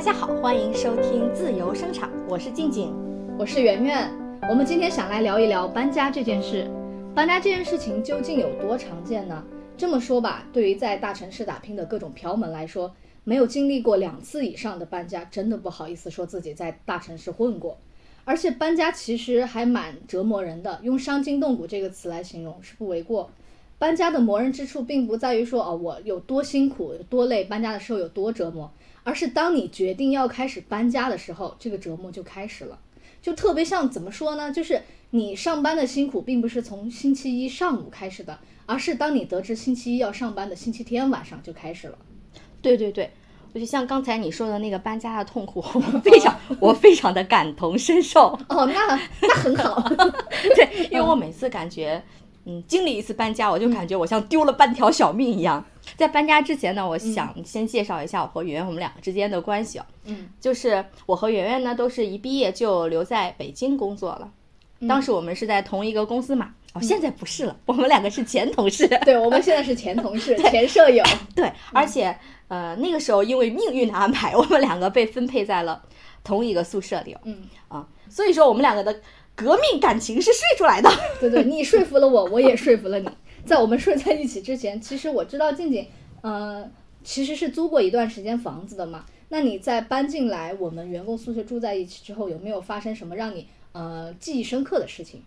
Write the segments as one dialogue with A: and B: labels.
A: 家好，欢迎收听自由生产，我是静静。
B: 我是圆圆，我们今天想来聊一聊搬家这件事。搬家这件事情究竟有多常见呢？这么说吧，对于在大城市打拼的各种漂们来说，没有经历过两次以上的搬家，真的不好意思说自己在大城市混过。而且搬家其实还蛮折磨人的，用伤筋动骨这个词来形容是不为过。搬家的磨人之处，并不在于说哦我有多辛苦、有多累，搬家的时候有多折磨，而是当你决定要开始搬家的时候，这个折磨就开始了。就特别像怎么说呢？就是你上班的辛苦，并不是从星期一上午开始的，而是当你得知星期一要上班的星期天晚上就开始了。
A: 对对对，我就像刚才你说的那个搬家的痛苦，我非常 我非常的感同身受。
B: 哦，那那很好。
A: 对，因为我每次感觉，嗯，经历一次搬家，我就感觉我像丢了半条小命一样。在搬家之前呢，我想先介绍一下我和圆圆我们两个之间的关系哦。
B: 嗯，
A: 就是我和圆圆呢，都是一毕业就留在北京工作了。当时我们是在同一个公司嘛，哦，现在不是了，我们两个是前同事。
B: 对，我们现在是前同事、前舍友。
A: 对，而且呃，那个时候因为命运的安排，我们两个被分配在了同一个宿舍里哦
B: 嗯，
A: 啊，所以说我们两个的革命感情是睡出来的。
B: 对对，你说服了 我，我也说服了你。在我们睡在一起之前，其实我知道静静，呃，其实是租过一段时间房子的嘛。那你在搬进来我们员工宿舍住在一起之后，有没有发生什么让你呃记忆深刻的事情？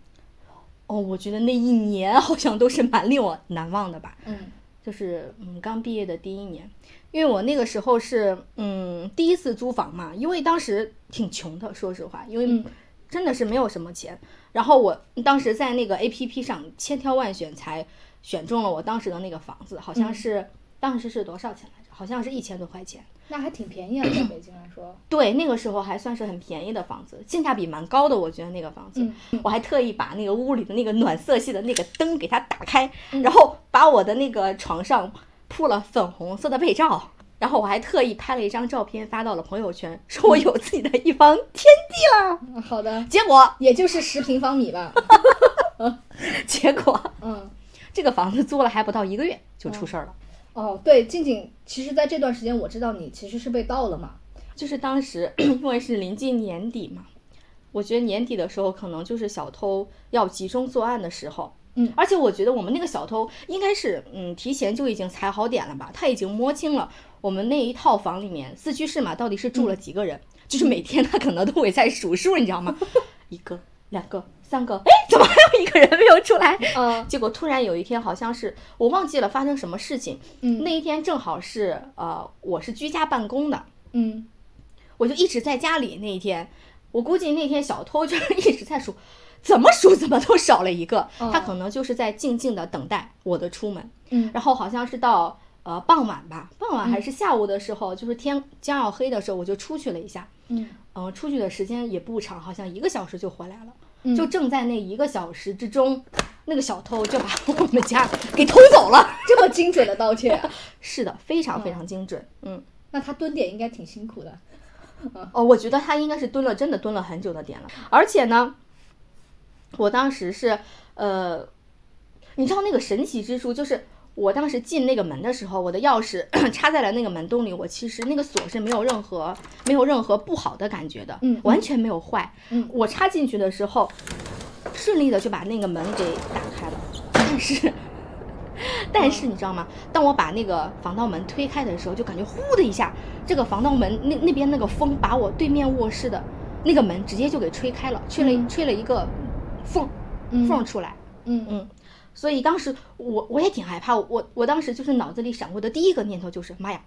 A: 哦，我觉得那一年 好像都是蛮令我难忘的吧，
B: 嗯
A: 就是嗯刚毕业的第一年，因为我那个时候是嗯第一次租房嘛，因为当时挺穷的，说实话，因为
B: 嗯
A: 真的是没有什么钱。然后我当时在那个 A P P 上千挑万选才选中了我当时的那个房子，好像
B: 嗯
A: 是、当时是多少钱来着？好像是一千多块钱。
B: 那还挺便宜啊，在北京来说。
A: 对，那个时候还算是很便宜的房子，性价比蛮高的，我觉得那个房子，
B: 嗯
A: 我还特意把那个屋里的那个暖色系的那个灯给它打开，
B: 嗯
A: 然后把我的那个床上铺了粉红色的被罩，然后我还特意拍了一张照片发到了朋友圈，说我有自己的一方天地了。
B: 嗯，好的，
A: 结果，
B: 也就是十平方米吧。
A: 结果
B: 嗯，
A: 这个房子租了还不到一个月就出事儿了，
B: 哦，对，静静，其实在这段时间，我知道你其实是被盗了嘛。
A: 就是当时 因为是临近年底嘛。我觉得年底的时候，可能就是小偷要集中作案的时候，
B: 嗯
A: 而且我觉得我们那个小偷应该是，嗯，提前就已经踩好点了吧？他已经摸清了我们那一套房里面四居室嘛，到底是
B: 嗯
A: 住了几个人？就是每天他可能都会在数数，你知道吗？ 一个、两个、三个，哎，怎么还有一个人没有出来？
B: 啊，
A: 结果突然有一天，好像是我忘记了发生什么事情。
B: 嗯
A: 那一天正好是呃，我是居家办公的，
B: 嗯，
A: 我就一直在家里。那一天，我估计那天小偷就是 一直在数，怎么数怎么都少了一个。
B: 哦
A: 他可能就是在静静的等待我的出门。
B: 嗯
A: 然后好像是到呃傍晚吧，傍晚还是下午的时候，就是天将要黑的时候，我就出去了一下。
B: 嗯
A: 嗯、出去的时间也不长，好像一个小时就回来了。
B: 嗯
A: 就正在那一个小时之中，那个小偷就把 我们家给偷走了。
B: 这么精准的盗窃啊，
A: 是的，非常非常精准。嗯，
B: 那他蹲点应该挺辛苦的。
A: 哦，我觉得他应该是蹲了，真的蹲了很久的点了。而且呢，我当时是呃，你知道那个神奇之处就是。我当时进那个门的时候，我的钥匙 插在了那个门洞里。我其实那个锁是没有任何没有任何不好的感觉的，
B: 嗯
A: 完全没有坏。
B: 嗯
A: 我插进去的时候，顺利的就把那个门给打开了。但是， 但
B: 嗯
A: 是你知道吗？当我把那个防盗门推开的时候，就感觉呼的一下，这个防盗门那那边那个风把我对面卧室的那个门直接就给吹开了，吹了、
B: 嗯
A: 吹了一个缝、
B: 嗯
A: 缝出来。
B: 嗯
A: 嗯所以当时我我也挺害怕，我我当时就是脑子里闪过的第一个念头就是妈呀，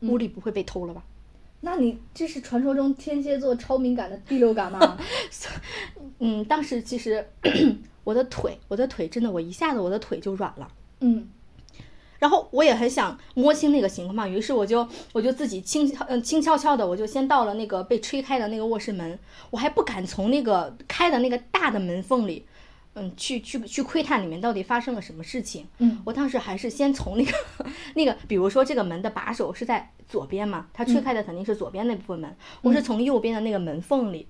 A: 屋里不会被偷了吧？
B: 嗯 那你这是传说中天蝎座超敏感的第六感 吗？
A: 嗯，当时其实 我的腿，我的腿真的，我一下子我的腿就软了。
B: 嗯
A: 然后我也很想摸清那个情况嘛，于是我就我就自己轻嗯轻悄悄的，我就先到了那个被吹开的那个卧室门，我还不敢从那个开的那个大的门缝里，嗯，去去去窥探里面到底发生了什么事情。
B: 嗯
A: 我当时还是先从那个 那个，比如说这个门的把手是在左边嘛，它吹开的肯定是左边那部分门，我是从右边的那个门缝里，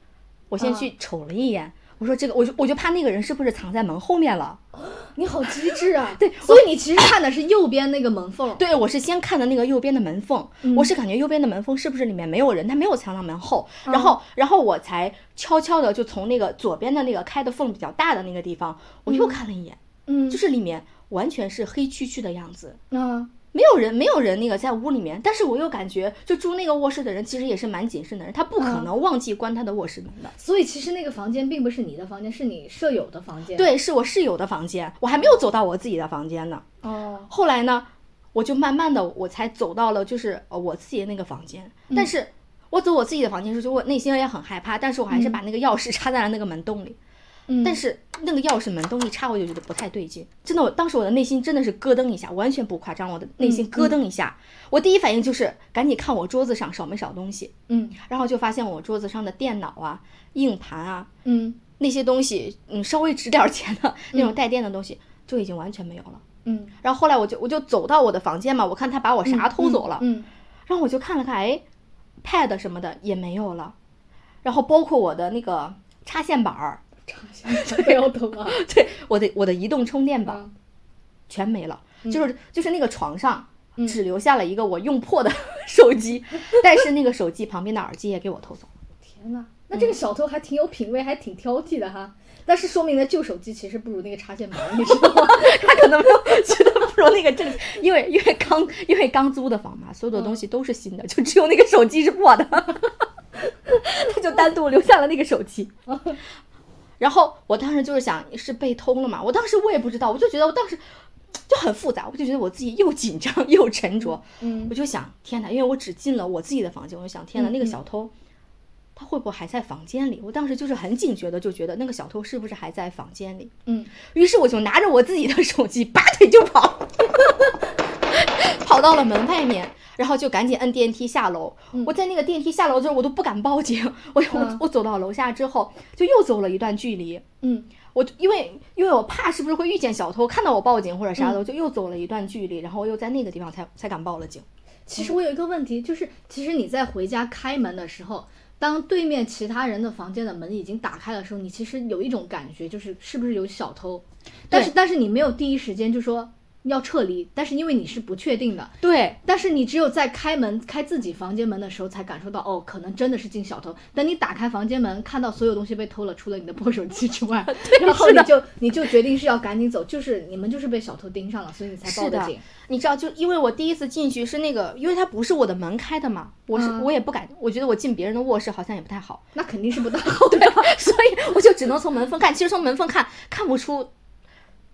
A: 我先去瞅了一眼，我说这个，我就我就怕那个人是不是藏在门后面了。
B: 你好机智 啊！
A: 对
B: 所以你其实看的是右边那个门缝。
A: 对，我是先看的那个右边的门缝，
B: 嗯
A: 我是感觉右边的门缝是不是里面没有人，他没有藏到门后，然
B: 嗯
A: 后然后我才悄悄的就从那个左边的那个开的缝比较大的那个地方，我又看了一眼，
B: 嗯，
A: 就是里面完全是黑黢黢的样子。
B: 啊，
A: 没有人，没有人那个在屋里面，但是我又感觉，就住那个卧室的人其实也是蛮谨慎的人，他不可
B: 嗯
A: 能忘记关他的卧室门的。
B: 所以其实那个房间并不是你的房间，是你舍友的房间。，
A: 对，是我室友的房间，我还没有走到我自己的房间呢。
B: 哦，
A: 后来呢，我就慢慢的我才走到了就是呃我自己的那个房间，但是我走我自己的房间的时候，就我内心也很害怕，但是我还是把那个钥匙 插在了那个门洞里。
B: 嗯，
A: 但是那个钥匙门洞一插，我就觉得不太对劲，真的，我当时我的内心真的是咯噔一下，完全不夸张，我的内心咯噔一下，我第一反应就是赶紧看我桌子上少没少东西，
B: 嗯
A: 然后就发现我桌子上的电脑啊、硬盘啊
B: 嗯
A: 那些东西，嗯，稍微值点儿钱的 那种带电的东西，就已经完全没有了。
B: 嗯，
A: 然后后来我就我就走到我的房间嘛，我看他把我啥偷走了，
B: 嗯
A: 然后我就看了看，哎，pad 什么的也没有了，然后包括我的那个插线板儿，
B: 不要懂啊。
A: 对，我的我的移动充电宝、
B: 嗯
A: 全没了，就是就是那个床上。
B: 嗯
A: 只留下了一个我用破的 手机，但是那个手机旁边的耳机也给我偷走了。
B: 天哪，那这个小偷还挺有品味，还挺挑剔的哈。但是说明了旧手机其实不如那个插线板，你知道 吗？
A: 他可能没有觉得不如那个正，因为因为刚因为刚租的房嘛，所有的东西都是新的，就只有那个手机是破的， 他就单独留下了那个手机。然后我当时就是想是被偷了嘛，我当时我也不知道，我就觉得我当时就很复杂，我就觉得我自己又紧张又沉着，
B: 嗯
A: 我就想天哪，因为我只进了我自己的房间，我就想天哪，
B: 嗯
A: 那个
B: 嗯
A: 小偷。他会不会还在房间里？我当时就是很警觉的，就觉得那个小偷是不是还在房间里？
B: 嗯，
A: 于是我就拿着我自己的手机，拔腿就跑， 跑到了门外面，然后就赶紧摁电梯下楼。我在那个电梯下楼的时候，我都不敢报警。我我
B: 嗯
A: 我走到楼下之后，就又走了一段距离。
B: 嗯
A: 我因为因为我怕是不是会遇见小偷，看到我报警或者啥的，我就又走了一段距离，然后又在那个地方才才敢报了警。
B: 其
A: 嗯
B: 实我有一个问题，就是其实你在回家开门的时候，当对面其他人的房间的门已经打开的时候，你其实有一种感觉，就是是不是有小偷？但是但是你没有第一时间就说要撤离，但是因为你是不确定的，
A: 对
B: 但是你只有在开门开自己房间门的时候才感受到，哦，可能真的是进小偷。等你打开房间门，看到所有东西被偷了，除了你的破手机之 外，然后你就你就决定是要赶紧走，就是你们就是被小偷盯上了，所以你才报
A: 是的
B: 警。
A: 你知道，就因为我第一次进去是那个，因为它不是我的门开的嘛，我是、
B: 嗯
A: 我也不敢，我觉得我进别人的卧室好像也不太好。
B: 那肯定是 不大好的
A: 对。啊，所以我就只能从门缝看。其实从门缝看看不出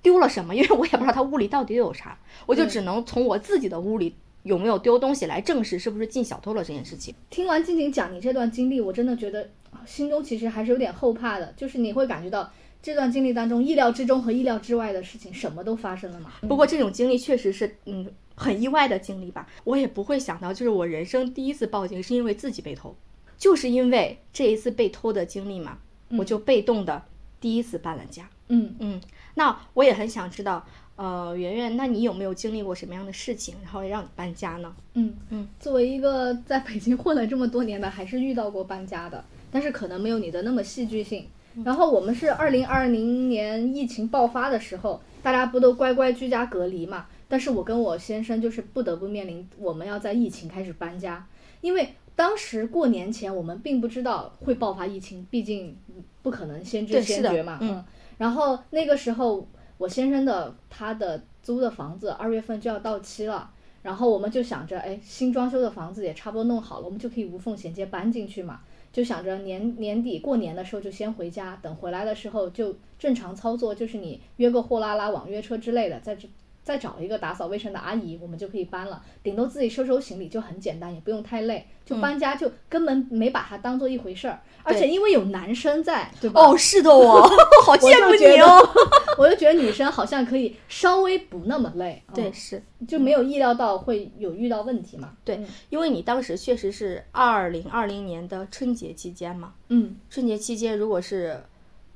A: 丢了什么，因为我也不知道他屋里到底有啥，我就
B: 嗯
A: 只能从我自己的屋里有没有丢东西来证实是不是进小偷了这件事情。
B: 听完静静讲你这段经历，我真的觉得啊心中其实还是有点后怕的，就是你会感觉到这段经历当中意料之中和意料之外的事情什么都发生了嘛。
A: 不过这种经历确实是，嗯，很意外的经历吧。我也不会想到，就是我人生第一次报警是因为自己被偷，就是因为这一次被偷的经历嘛，我就被动的第一次搬了家。
B: 嗯
A: 嗯，那我也很想知道，呃，圆圆，那你有没有经历过什么样的事情，然后让你搬家呢？
B: 嗯
A: 嗯
B: 嗯，作为一个在北京混了这么多年的，还是遇到过搬家的，但是可能没有你的那么戏剧性。
A: 嗯
B: 然后我们是二零二零年疫情爆发的时候，大家不都乖乖居家隔离嘛？但是我跟我先生就是不得不面临我们要在疫情开始搬家，因为当时过年前我们并不知道会爆发疫情，毕竟不可能先知
A: 对
B: 先
A: 是的
B: 觉嘛。
A: 嗯
B: 嗯，然后那个时候我先生的他的租的房子二月份就要到期了。然后我们就想着，哎，新装修的房子也差不多弄好了，我们就可以无缝衔接搬进去嘛。就想着年年底过年的时候就先回家，等回来的时候就正常操作，就是你约个货拉拉、网约车之类的，再找再找一个打扫卫生的阿姨，我们就可以搬了。顶多自己收收行李就很简单，也不用太累。就搬家就根本没把它当做一回事儿，而且因为有男生在，对吧？
A: 哦，是的 哦，好
B: 我
A: 羡慕
B: 就觉
A: 你哦。
B: 得， 我就觉得女生好像可以稍微不那么累，
A: 对，
B: 嗯
A: 是
B: 就没有意料到会有遇到问题嘛。
A: 对，因为你当时确实是二零二零年的春节期间嘛，
B: 嗯，
A: 春节期间如果是。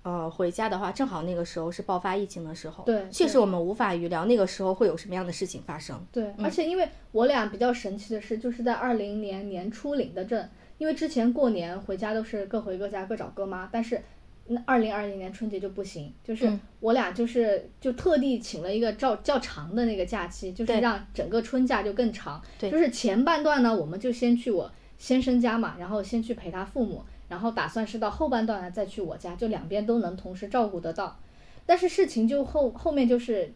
A: 呃，回家的话，正好那个时候是爆发疫情的时候，
B: 对
A: 确
B: 对
A: 实我们无法预料那个时候会有什么样的事情发生。
B: 对，而且因为我俩比较神奇的是，就是在二零年年初领的证，因为之前过年回家都是各回各家各找各妈，但是那二零二零年春节就不行，就是
A: 嗯
B: 我俩就是就特地请了一个较较长的那个假期，就是
A: 对
B: 让整个春假就更长。
A: 对
B: 就是前半段呢，我们就先去我先生家嘛，然后先去陪他父母，然后打算是到后半段呢再去我家，就两边都能同时照顾得到。但是事情就后后面就是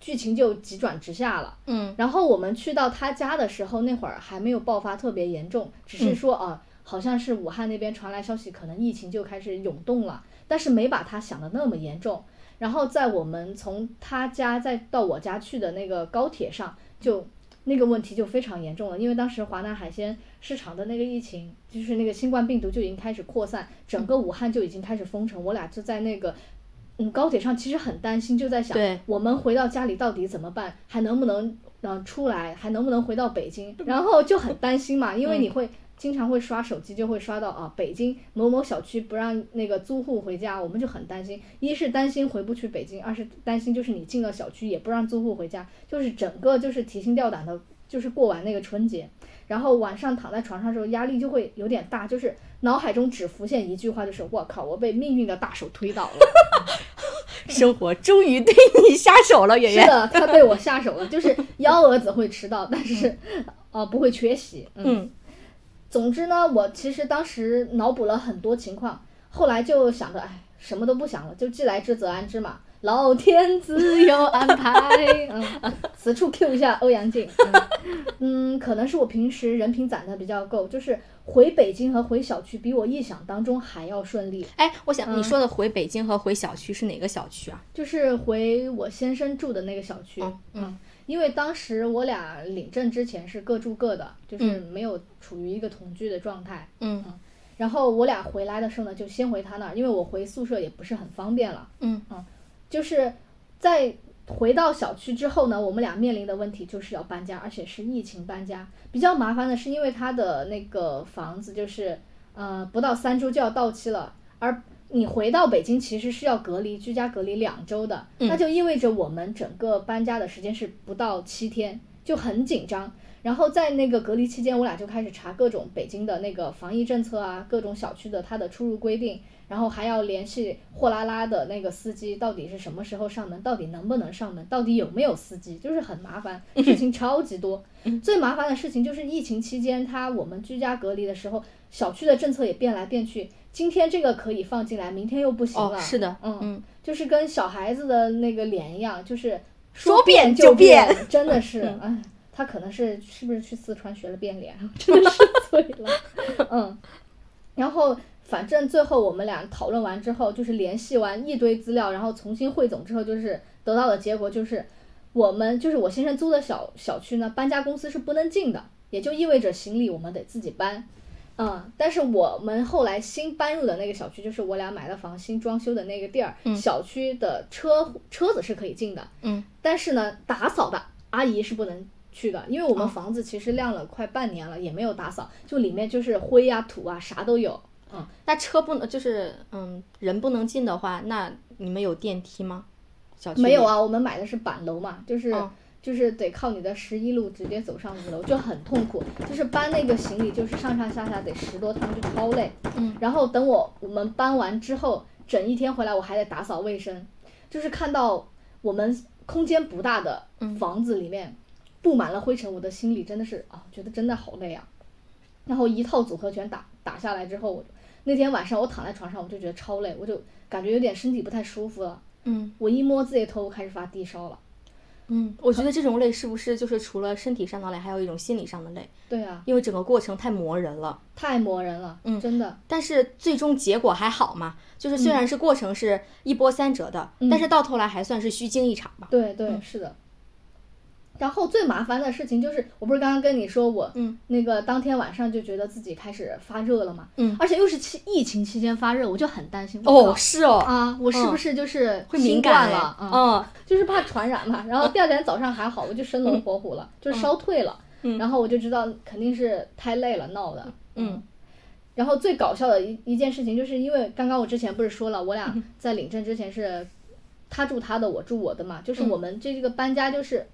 B: 剧情就急转直下了。
A: 嗯
B: 然后我们去到他家的时候，那会儿还没有爆发特别严重，只是说啊，好像是武汉那边传来消息，可能疫情就开始涌动了，但是没把他想的那么严重。然后在我们从他家再到我家去的那个高铁上，就那个问题就非常严重了，因为当时华南海鲜市场的那个疫情，就是那个新冠病毒就已经开始扩散，整个武汉就已经开始封城，我俩就在那个。嗯，高铁上其实很担心，就在想
A: 对，
B: 我们回到家里到底怎么办？还能不能嗯出来？还能不能回到北京？然后就很担心嘛，因为你会经常会刷手机，就会刷到啊，北京某某小区不让那个租户回家，我们就很担心。一是担心回不去北京，二是担心就是你进了小区也不让租户回家，就是整个就是提心吊胆的，就是过完那个春节。然后晚上躺在床上的时候，压力就会有点大，就是脑海中只浮现一句话，就是我靠，我被命运的大手推倒了。
A: 生活终于对你下手了，圆
B: 是
A: 圆。
B: 的，他被我下手了，就是幺蛾子会迟到，但是呃不会缺席。嗯，
A: 嗯
B: 总之呢，我其实当时脑补了很多情况，后来就想着，哎，什么都不想了，就既来之则安之嘛，老天自有安排。嗯，此处 Q 一下欧阳靖。嗯 嗯，可能是我平时人品攒的比较够，就是回北京和回小区比我臆想当中还要顺利。
A: 哎，我
B: 嗯
A: 想你说的回北京和回小区是哪个小区啊？
B: 就是回我先生住的那个小区，
A: 嗯嗯
B: 因为当时我俩领证之前是各住各的，就是没有处于一个同居的状态。
A: 嗯
B: 然后我俩回来的时候呢，就先回他那儿，因为我回宿舍也不是很方便了。
A: 嗯
B: 就是在回到小区之后呢，我们俩面临的问题就是要搬家，而且是疫情搬家。比较麻烦的是，因为他的那个房子就是呃不到三周就要到期了，而你回到北京其实是要隔离居家隔离两周的，
A: 嗯
B: 那就意味着我们整个搬家的时间是不到七天，就很紧张。然后在那个隔离期间，我俩就开始查各种北京的那个防疫政策啊，各种小区的它的出入规定，然后还要联系货拉拉的那个司机，到底是什么时候上门，到底能不能上门，到底有没有司机，就是很麻 烦，事情超级多。最麻烦的事情就是疫情期间，它我们居家隔离的时候，小区的政策也变来变去，今天这个可以放进来，明天又不行了。
A: 哦，是的，
B: 嗯，
A: 嗯
B: 就是跟小孩子的那个脸一样，就是
A: 说变
B: 就
A: 就变嗯
B: 变，真的是，哎，他可能是是不是去四川学了变脸，啊 真的是醉了，嗯，然后。反正最后我们俩讨论完之后，就是联系完一堆资料，然后重新汇总之后，就是得到的结果就是，我们就是我先生租的小小区呢，搬家公司是不能进的，也就意味着行李我们得自己搬。嗯，但是我们后来新搬入的那个小区，就是我俩买的房新装修的那个地儿，
A: 嗯
B: 小区的车车子是可以进的，
A: 嗯
B: 但是呢，打扫的阿姨是不能去的，因为我们
A: 哦
B: 房子其实晾了快半年了，也没有打扫，就里面就是灰呀、土啊，啥都有。嗯，
A: 那车不能就是嗯人不能进的话，那你们有电梯吗？小区里
B: 没有？啊，我们买的是板楼嘛，就是、
A: 哦
B: 就是得靠你的十一路直接走上五楼，就很痛苦。就是搬那个行李，就是上上下下得十多趟，就超累。
A: 嗯
B: 然后等我我们搬完之后，整一天回来我还得打扫卫生，就是看到我们空间不大的
A: 嗯
B: 房子里面布满了灰尘，我的心里真的是啊，觉得真的好累啊。然后一套组合拳打打下来之后，我那天晚上我躺在床上，我就觉得超累，我就感觉有点身体不太舒服了。
A: 嗯
B: 我一摸自己的头，我开始发低烧了。
A: 嗯，我觉得这种累是不是就是除了身体上的累，还有一种心理上的累？
B: 对啊，
A: 因为整个过程太磨人了。
B: 太磨人了，
A: 嗯
B: 真的。
A: 但是最终结果还好嘛，就是虽然是过程是一波三折的，
B: 嗯
A: 但是到头来还算是虚惊一场吧。
B: 对对，
A: 嗯
B: 是的。然后最麻烦的事情就是，我不是刚刚跟你说我，
A: 嗯，
B: 那个当天晚上就觉得自己开始发热了嘛，
A: 嗯
B: 而且又是期疫情期间发热，我就很担心。我
A: 哦，
B: 靠
A: 是哦，
B: 嗯啊，我是不是就是
A: 会
B: 新
A: 敏
B: 冠
A: 感
B: 了？
A: 哎
B: 啊，
A: 嗯
B: 就是怕传染嘛。然后第二天早上还好，我就生龙活虎了，就是烧退了。
A: 嗯
B: 然后我就知道肯定是太累了闹的。
A: 嗯
B: 然后最搞笑的一一件事情，就是因为刚刚我之前不是说了，我俩
A: 嗯
B: 在领证之前是他住他的，我住我的嘛，就是
A: 嗯
B: 我们这个搬家就是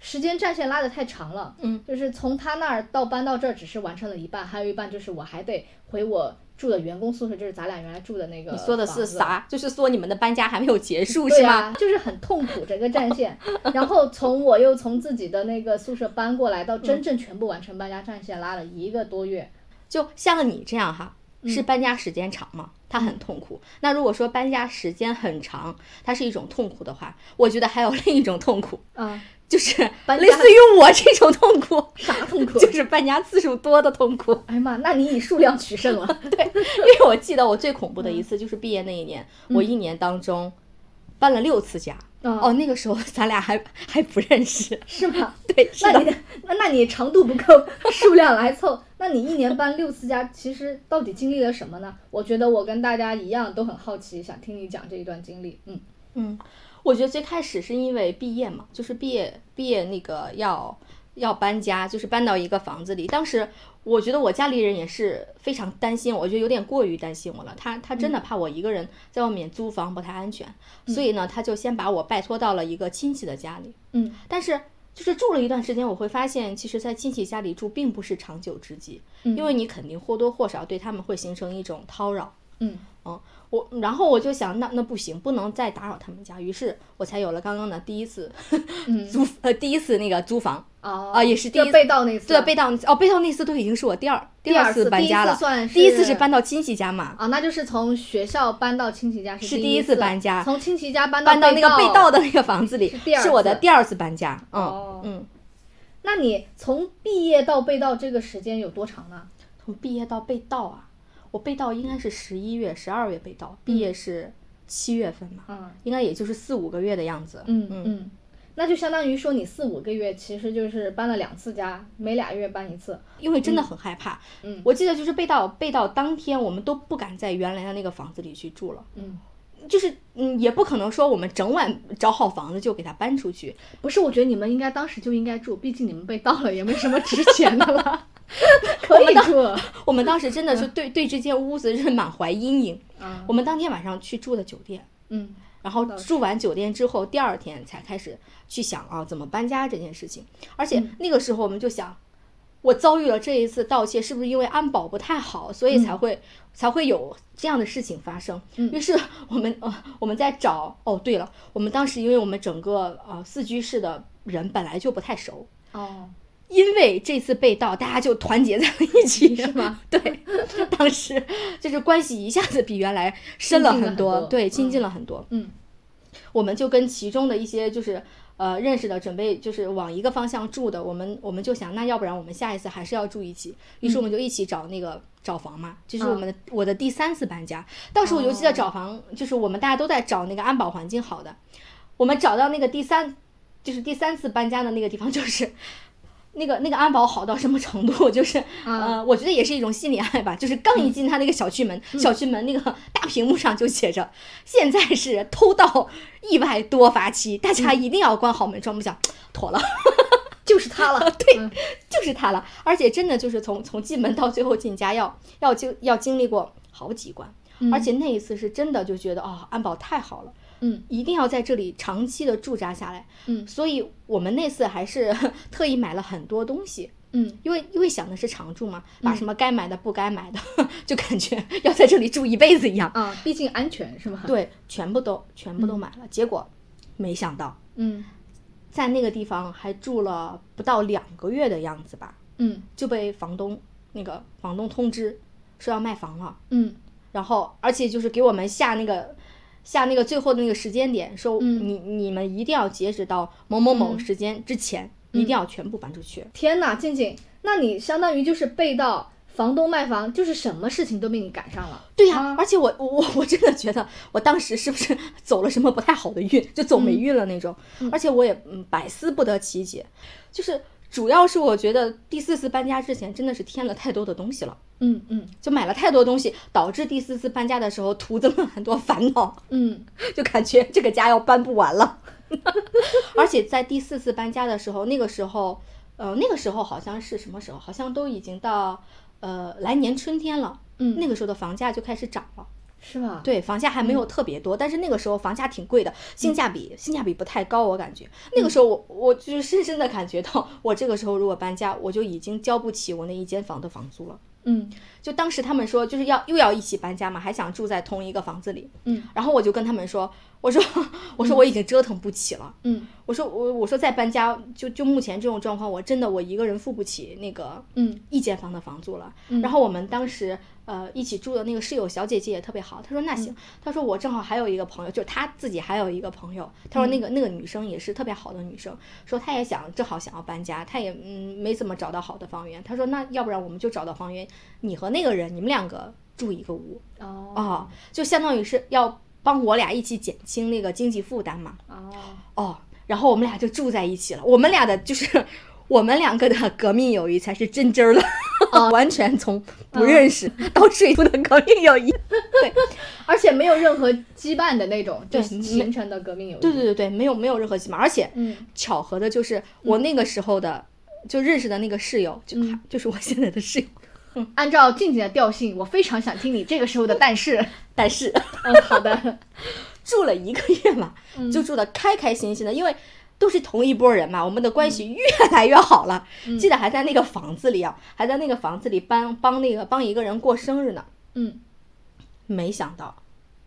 B: 时间战线拉得太长了，
A: 嗯
B: 就是从他那儿到搬到这儿只是完成了一半，还有一半就是我还得回我住的员工宿舍，就是咱俩原来住的那个。
A: 嗯你说的是
B: 房子？
A: 啥？就是说你们的搬家还没有结束
B: 对
A: 是
B: 呀、
A: 吧？
B: 就是很痛苦整个 战线。然后从我又从自己的那个宿舍搬过来，到真正全部完成搬家战线，拉了一个多月。
A: 就像你这样哈，
B: 嗯
A: 是搬家时间长吗？它很痛苦。那如果说搬家时间很长，它是一种痛苦的话，我觉得还有另一种痛苦，
B: 啊，
A: 就是
B: 搬
A: 类
B: 家
A: 似于我这种痛苦，
B: 啥痛苦？
A: 就是搬家次数多的痛苦。
B: 哎呀妈，那你以数量取胜了。
A: 因为我记得我最恐怖的一
B: 嗯
A: 次就是毕业那一年，我一年当中搬了六次家。
B: 嗯
A: 哦，那个时候咱俩还还不认识。
B: 是吗？
A: 对，是
B: 那
A: 的，
B: 你那那你长度不够，数量来凑。那你一年搬六次家，其实到底经历了什么呢？我觉得我跟大家一样都很好奇，想听你讲这一段经历。嗯
A: 嗯，我觉得最开始是因为毕业嘛，就是毕业毕业那个要要搬家，就是搬到一个房子里。当时我觉得我家里人也是非常担心我，我觉得有点过于担心我了。他他真的怕我一个人在外面租房不太安全，所以呢，他就先把我拜托到了一个亲戚的家里。
B: 嗯
A: 但是就是住了一段时间，我会发现，其实，在亲戚家里住并不是长久之计，
B: 嗯
A: 因为你肯定或多或少对他们会形成一种叨扰。
B: 嗯
A: 嗯，我然后我就想，那那不行，不能再打扰他们家，于是我才有了刚刚的第一次
B: 嗯
A: 租呃第一次那个租房。
B: 哦
A: 啊也是第一
B: 就被盗那次
A: 对，被盗那次哦，被盗那次都已经是我第二
B: 第二
A: 次
B: 次
A: 搬
B: 第一
A: 家
B: 次
A: 了，
B: 算
A: 第一次
B: 是
A: 是搬到亲戚家嘛，
B: 啊，那就是从学校搬到亲戚家
A: 是
B: 第
A: 第一次
B: 次
A: 搬家
B: 从亲戚家搬
A: 搬到
B: 到
A: 那个被
B: 盗
A: 盗的那个房子里，
B: 是
A: 是
B: 第二
A: 我的
B: 次
A: 第二次搬家。嗯、
B: 哦
A: 嗯，
B: 那你从毕业到被盗这个时间有多长呢？
A: 从毕业到被盗啊，我被盗应该是十一月、十二月被盗，毕业是七月份嘛，
B: 嗯
A: 应该也就是四五个月的样子。
B: 嗯
A: 嗯
B: 嗯，那就相当于说你四五个月其实就是搬了两次家，每俩月搬一次。
A: 因为真的很害怕。
B: 嗯
A: 我记得就是被盗，被盗当天我们都不敢在原来的那个房子里去住了。
B: 嗯，
A: 就是嗯，也不可能说我们整晚找好房子就给它搬出去，
B: 不是，我觉得你们应该当时就应该住，毕竟你们被盗了，也没什么值钱 的了， 可以住。
A: 我们当时真的是对对这间屋子是满怀阴影。
B: 啊，
A: 我们当天晚上去住的酒店，
B: 嗯
A: 然后住完酒店之后，第二天才开始去想啊怎么搬家这件事情。而且
B: 嗯
A: 那个时候我们就想，我遭遇了这一次盗窃，是不是因为安保不太好，所以才会、才会有这样的事情发生？
B: 嗯
A: 于是我们呃我们在找哦，对了，我们当时因为我们整个呃四居室的人本来就不太熟，
B: 哦，
A: 因为这次被盗，大家就团结在了一起，
B: 是吗？
A: 对，当时就是关系一下子比原来深了
B: 亲近了
A: 很多，
B: 很多
A: 对，亲近了很多。
B: 嗯
A: 我们就跟其中的一些就是呃认识的，准备就是往一个方向住的，我们我们就想，那要不然我们下一次还是要住一起，于是我们就一起找那个。找房嘛，这、是我们的、我的第三次搬家。当时我就记得找房，就是我们大家都在找那个安保环境好的。我们找到那个第三，就是第三次搬家的那个地方，就是 那个那个安保好到什么程度？ 就是、呃，我觉得也是一种心理爱吧。就是刚一进他那个小区门，小区门那个大屏幕上就写着：“现在是偷盗意外多发期，大家一定要关好门窗。”我们想，妥了，
B: 嗯 就是他了。对，嗯
A: 就是他了。而且真的就是从从进门到最后进家要，要经要经历过好几关。而且那一次是真的就觉得哦，安保太好了，
B: 嗯
A: 一定要在这里长期的驻扎下来。
B: 嗯
A: 所以我们那次还是 特意买了很多东西，
B: 嗯，
A: 因为因为想的是常住嘛，把什么该买的不该买的， 就感觉要在这里住一辈子一样。
B: 啊，毕竟安全是吗？，
A: 对，全部都全部都买了，结果没想到
B: 嗯
A: 在那个地方还住了不到两个月的样子吧，
B: 嗯
A: 就被房东那个房东通知说要卖房了。
B: 嗯
A: 然后而且就是给我们下那个下那个最后的那个时间点，说
B: 嗯
A: 你、你们一定要截止到某某某
B: 嗯
A: 时间之前，
B: 嗯
A: 一定要全部搬出去。
B: 天哪，静静，那你相当于就是被盗，房东卖房，就是什么事情都被你赶上了。
A: 对呀、
B: 啊
A: 而且我我我我真的觉得我当时是不是 走了什么不太好的运，就走霉运了那种。
B: 嗯
A: 而且我也嗯百思不得其解，就是主要是我觉得第四次搬家之前真的是添了太多的东西了。
B: 嗯嗯
A: 就买了太多东西，导致第四次搬家的时候徒增了很多烦恼。
B: 嗯
A: 就感觉这个家要搬不完了。 而且在第四次搬家的时候，那个时候，呃，那个时候好像是什么时候？好像都已经到呃来年春天了。
B: 嗯，
A: 那个时候的房价就开始涨了。
B: 是吧？
A: 对，房价还没有特别多，但是那个时候房价挺贵的，性价比、性价比不太高，我感觉那个时候我我 就是深深的感觉到，我这个时候如果搬家，我就已经交不起我那一间房的房租了。
B: 嗯
A: 就当时他们说就是要又要一起搬家嘛，还想住在同一个房子里。
B: 嗯
A: 然后我就跟他们说，我说 我说我已经折腾不起了，
B: 嗯
A: 我说我我说再搬家，就就目前这种状况，我真的我一个人付不起那个
B: 嗯
A: 一间房的房租了。
B: 嗯
A: 然后我们当时呃一起住的那个室友小姐姐也特别好，她说那行，
B: 嗯
A: 她说我正好还有一个朋友，就是她自己还有一个朋友，她
B: 嗯
A: 说那个、那个女生也是特别好的女生，说她也想正好想要搬家，她也嗯没怎么找到好的房源，她说那要不然我们就找到房源，你和那个人你们两个住一个屋
B: 哦
A: 哦，就相当于是要帮我俩一起减轻那个经济负担嘛。
B: 哦
A: 哦，然后我们俩就住在一起了。我们俩的就是我们两个的革命友谊才是真真儿的， 完全从不认识到最初的革命友谊。
B: 而且没有任何羁绊的那种，就
A: 对
B: 是
A: 没
B: 形成的革命友谊。
A: 对对对对，没有没有任何羁绊，而且
B: 嗯
A: 巧合的就是我那个时候的。就认识的那个室友，就、
B: 嗯
A: 就是我现在的室友，
B: 按照静静的调性，我非常想听你这个时候的但是。
A: 但是
B: 嗯，好的。
A: 住了一个月嘛，
B: 嗯
A: 就住的开开心心的，因为都是同一波人嘛，我们的关系越来越好了。
B: 嗯
A: 记得还在那个房子里啊，还在那个房子里帮帮那个帮一个人过生日呢，
B: 嗯，
A: 没想到，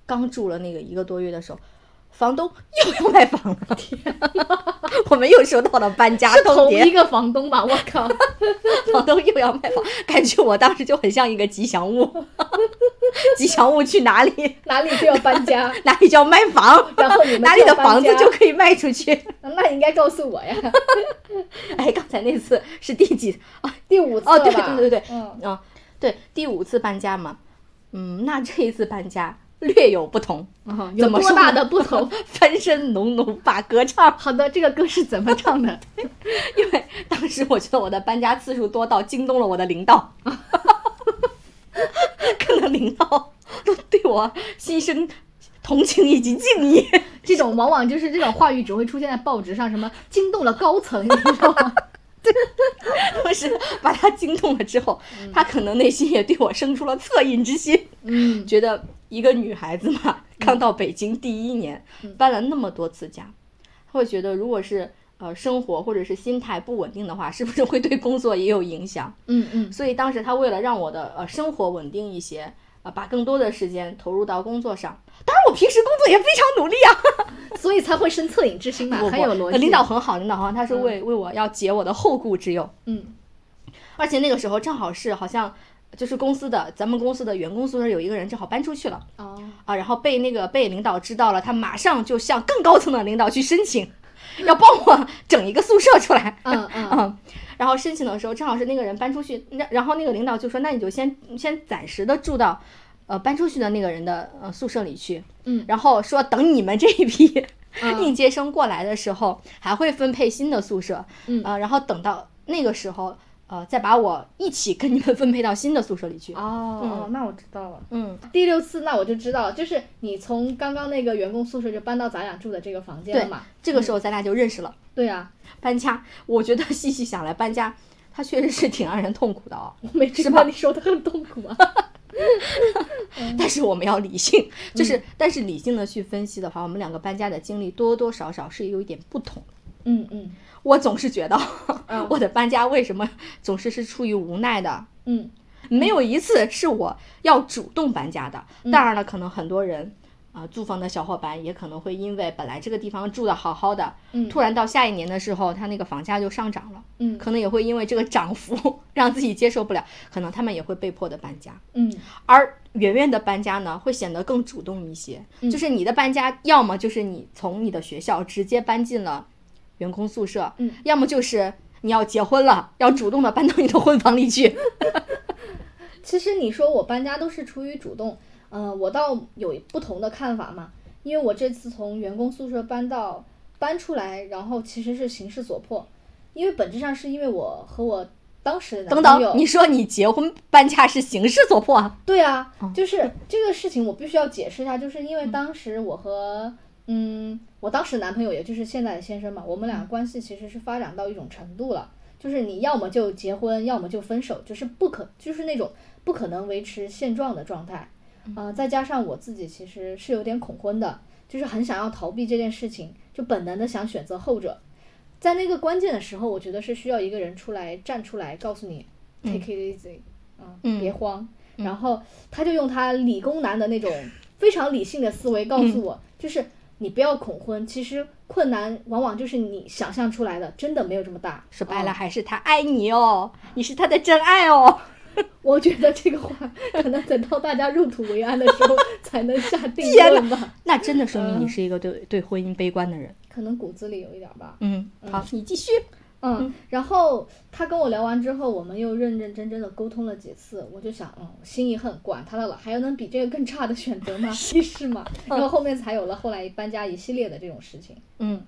A: 刚住了那个一个多月的时候，房东又要卖房了。 我们又收到了搬家
B: 是
A: 通
B: 同一
A: 牒，
B: 个房东吧？我靠！
A: 房东又要卖房，感觉我当时就很像一个吉祥物。 吉祥物去哪里，
B: 哪里就要搬家，
A: 哪里就要卖房，
B: 然后你们
A: 哪里的房子
B: 搬家
A: 就可以卖出去。
B: 那你应该告诉我呀。
A: 哎，刚才那次是第几啊？
B: 第五次
A: 哦对
B: 了吧
A: 对对对对
B: 嗯
A: 啊，对，第五次搬家嘛。嗯，那这一次搬家略有不同，
B: 哦，有
A: 怎么
B: 多
A: 说
B: 大
A: 呢
B: 的不同？
A: 翻身农奴把歌唱。
B: 好的，这个歌是怎么唱 的？
A: 因为当时我觉得我的搬家次数多到惊动了我的领导， 可能领导都对我心生同情以及敬意。
B: 这种往往就是这种话语只会出现在报纸上，什么惊动了高层，你知道 吗？
A: 当时把他惊动了之后，他可能内心也对我生出了恻隐之心，
B: 嗯
A: 觉得一个女孩子嘛，刚到北京第一年
B: 嗯，
A: 搬了那么多次家，他会觉得如果是呃生活或者是心态不稳定的话，是不是会对工作也有影响？
B: 嗯嗯
A: 所以当时他为了让我的呃生活稳定一些，呃，把更多的时间投入到工作上。当然，我平时工作也非常努力啊，
B: 所以才会生恻隐之心嘛，
A: 我
B: 很有
A: 我
B: 逻
A: 呃
B: 辑。
A: 领导，很好，领导很好，他是为、为我要解我的后顾之忧。
B: 嗯
A: 而且那个时候正好是好像就是公司的咱们公司的员工宿舍有一个人正好搬出去了
B: 哦，
A: 啊，然后被那个被领导知道了，他马上就向更高层的领导去申请，要帮我整一个宿舍出来。
B: 嗯嗯
A: 嗯，然后申请的时候，正好是那个人搬出去，那然后那个领导就说，那你就先先暂时的住到，呃，搬出去的那个人的呃宿舍里去，
B: 嗯
A: 然后说等你们这一批
B: 嗯
A: 应届生过来的时候，还会分配新的宿舍，
B: 嗯
A: 呃，然后等到那个时候，呃，再把我一起跟你们分配到新的宿舍里去。
B: 哦，那我知道了。
A: 嗯，
B: 第六次，那我就知道了，就是你从刚刚那个员工宿舍就搬到咱俩住的这嗯个房间了
A: 对
B: 嘛？，
A: 这个时候咱俩就认识了。
B: 对啊，
A: 搬家，我觉得细细想来，搬家它确实是挺让人痛苦的哦。
B: 我没知
A: 是
B: 道
A: 吧
B: 你说的很痛苦 啊。嗯
A: 但是我们要理性，就是、但是理性的去分析的话，我们两个搬家的经历多多少少是有一点不同的。
B: 嗯嗯
A: 我总是觉得
B: 嗯
A: 我的搬家为什么总是是出于无奈的，
B: 嗯
A: 没有一次是我要主动搬家的。
B: 嗯
A: 当然了，可能很多人。啊、租房的小伙伴也可能会因为本来这个地方住的好好的，
B: 嗯，
A: 突然到下一年的时候，他那个房价就上涨了，
B: 嗯
A: 可能也会因为这个涨幅 让自己接受不了，可能他们也会被迫的搬家。
B: 嗯
A: 而圆圆的搬家呢，会显得更主动一些。
B: 嗯
A: 就是你的搬家，要么就是你从你的学校直接搬进了员工宿舍，
B: 嗯
A: 要么就是你要结婚了，要主动的搬到你的婚房里去。
B: 其实你说我搬家都是出于主动，呃，我倒有不同的看法嘛，因为我这次从员工宿舍搬到搬出来，然后其实是形势所迫，因为本质上是因为我和我当时的
A: 等
B: 男朋友，
A: 等，你说你结婚搬家是形势所迫啊？
B: 对啊
A: 嗯，
B: 就是这个事情我必须要解释一下，就是因为当时我和嗯，我当时男朋友也就是现在的先生嘛，我们俩关系其实是发展到一种程度了，就是你要么就结婚，要么就分手，就是不可就是那种不可能维持现状的状态，呃，再加上我自己其实是有点恐婚的，就是很想要逃避这件事情，就本能的想选择后者，在那个关键的时候，我觉得是需要一个人出来站出来告诉你、t a k e it easy。啊，
A: 嗯
B: 别慌。
A: 嗯
B: 然后他就用他理工男的那种非常理性的思维告诉我，
A: 嗯
B: 就是你不要恐婚，其实困难往往就是你想象出来的，真的没有这么大。
A: 说白了
B: 啊
A: 还是他爱你哦，你是他的真爱哦。
B: 我觉得这个话可能等到大家入土为安的时候 才能下定
A: 天
B: 论吧，
A: 那真的说
B: 嗯
A: 明你是一个对对婚姻悲观的人。
B: 可能骨子里有一点吧。
A: 嗯，好，你继续。
B: 嗯，然后他跟我聊完之后，我们又认认真真的沟通了几次，我就想，嗯，心一横，管他的了，还有能比这个更差的选择 吗？是是吗？然后后面才有了后来搬家一系列的这种事情。
A: 嗯，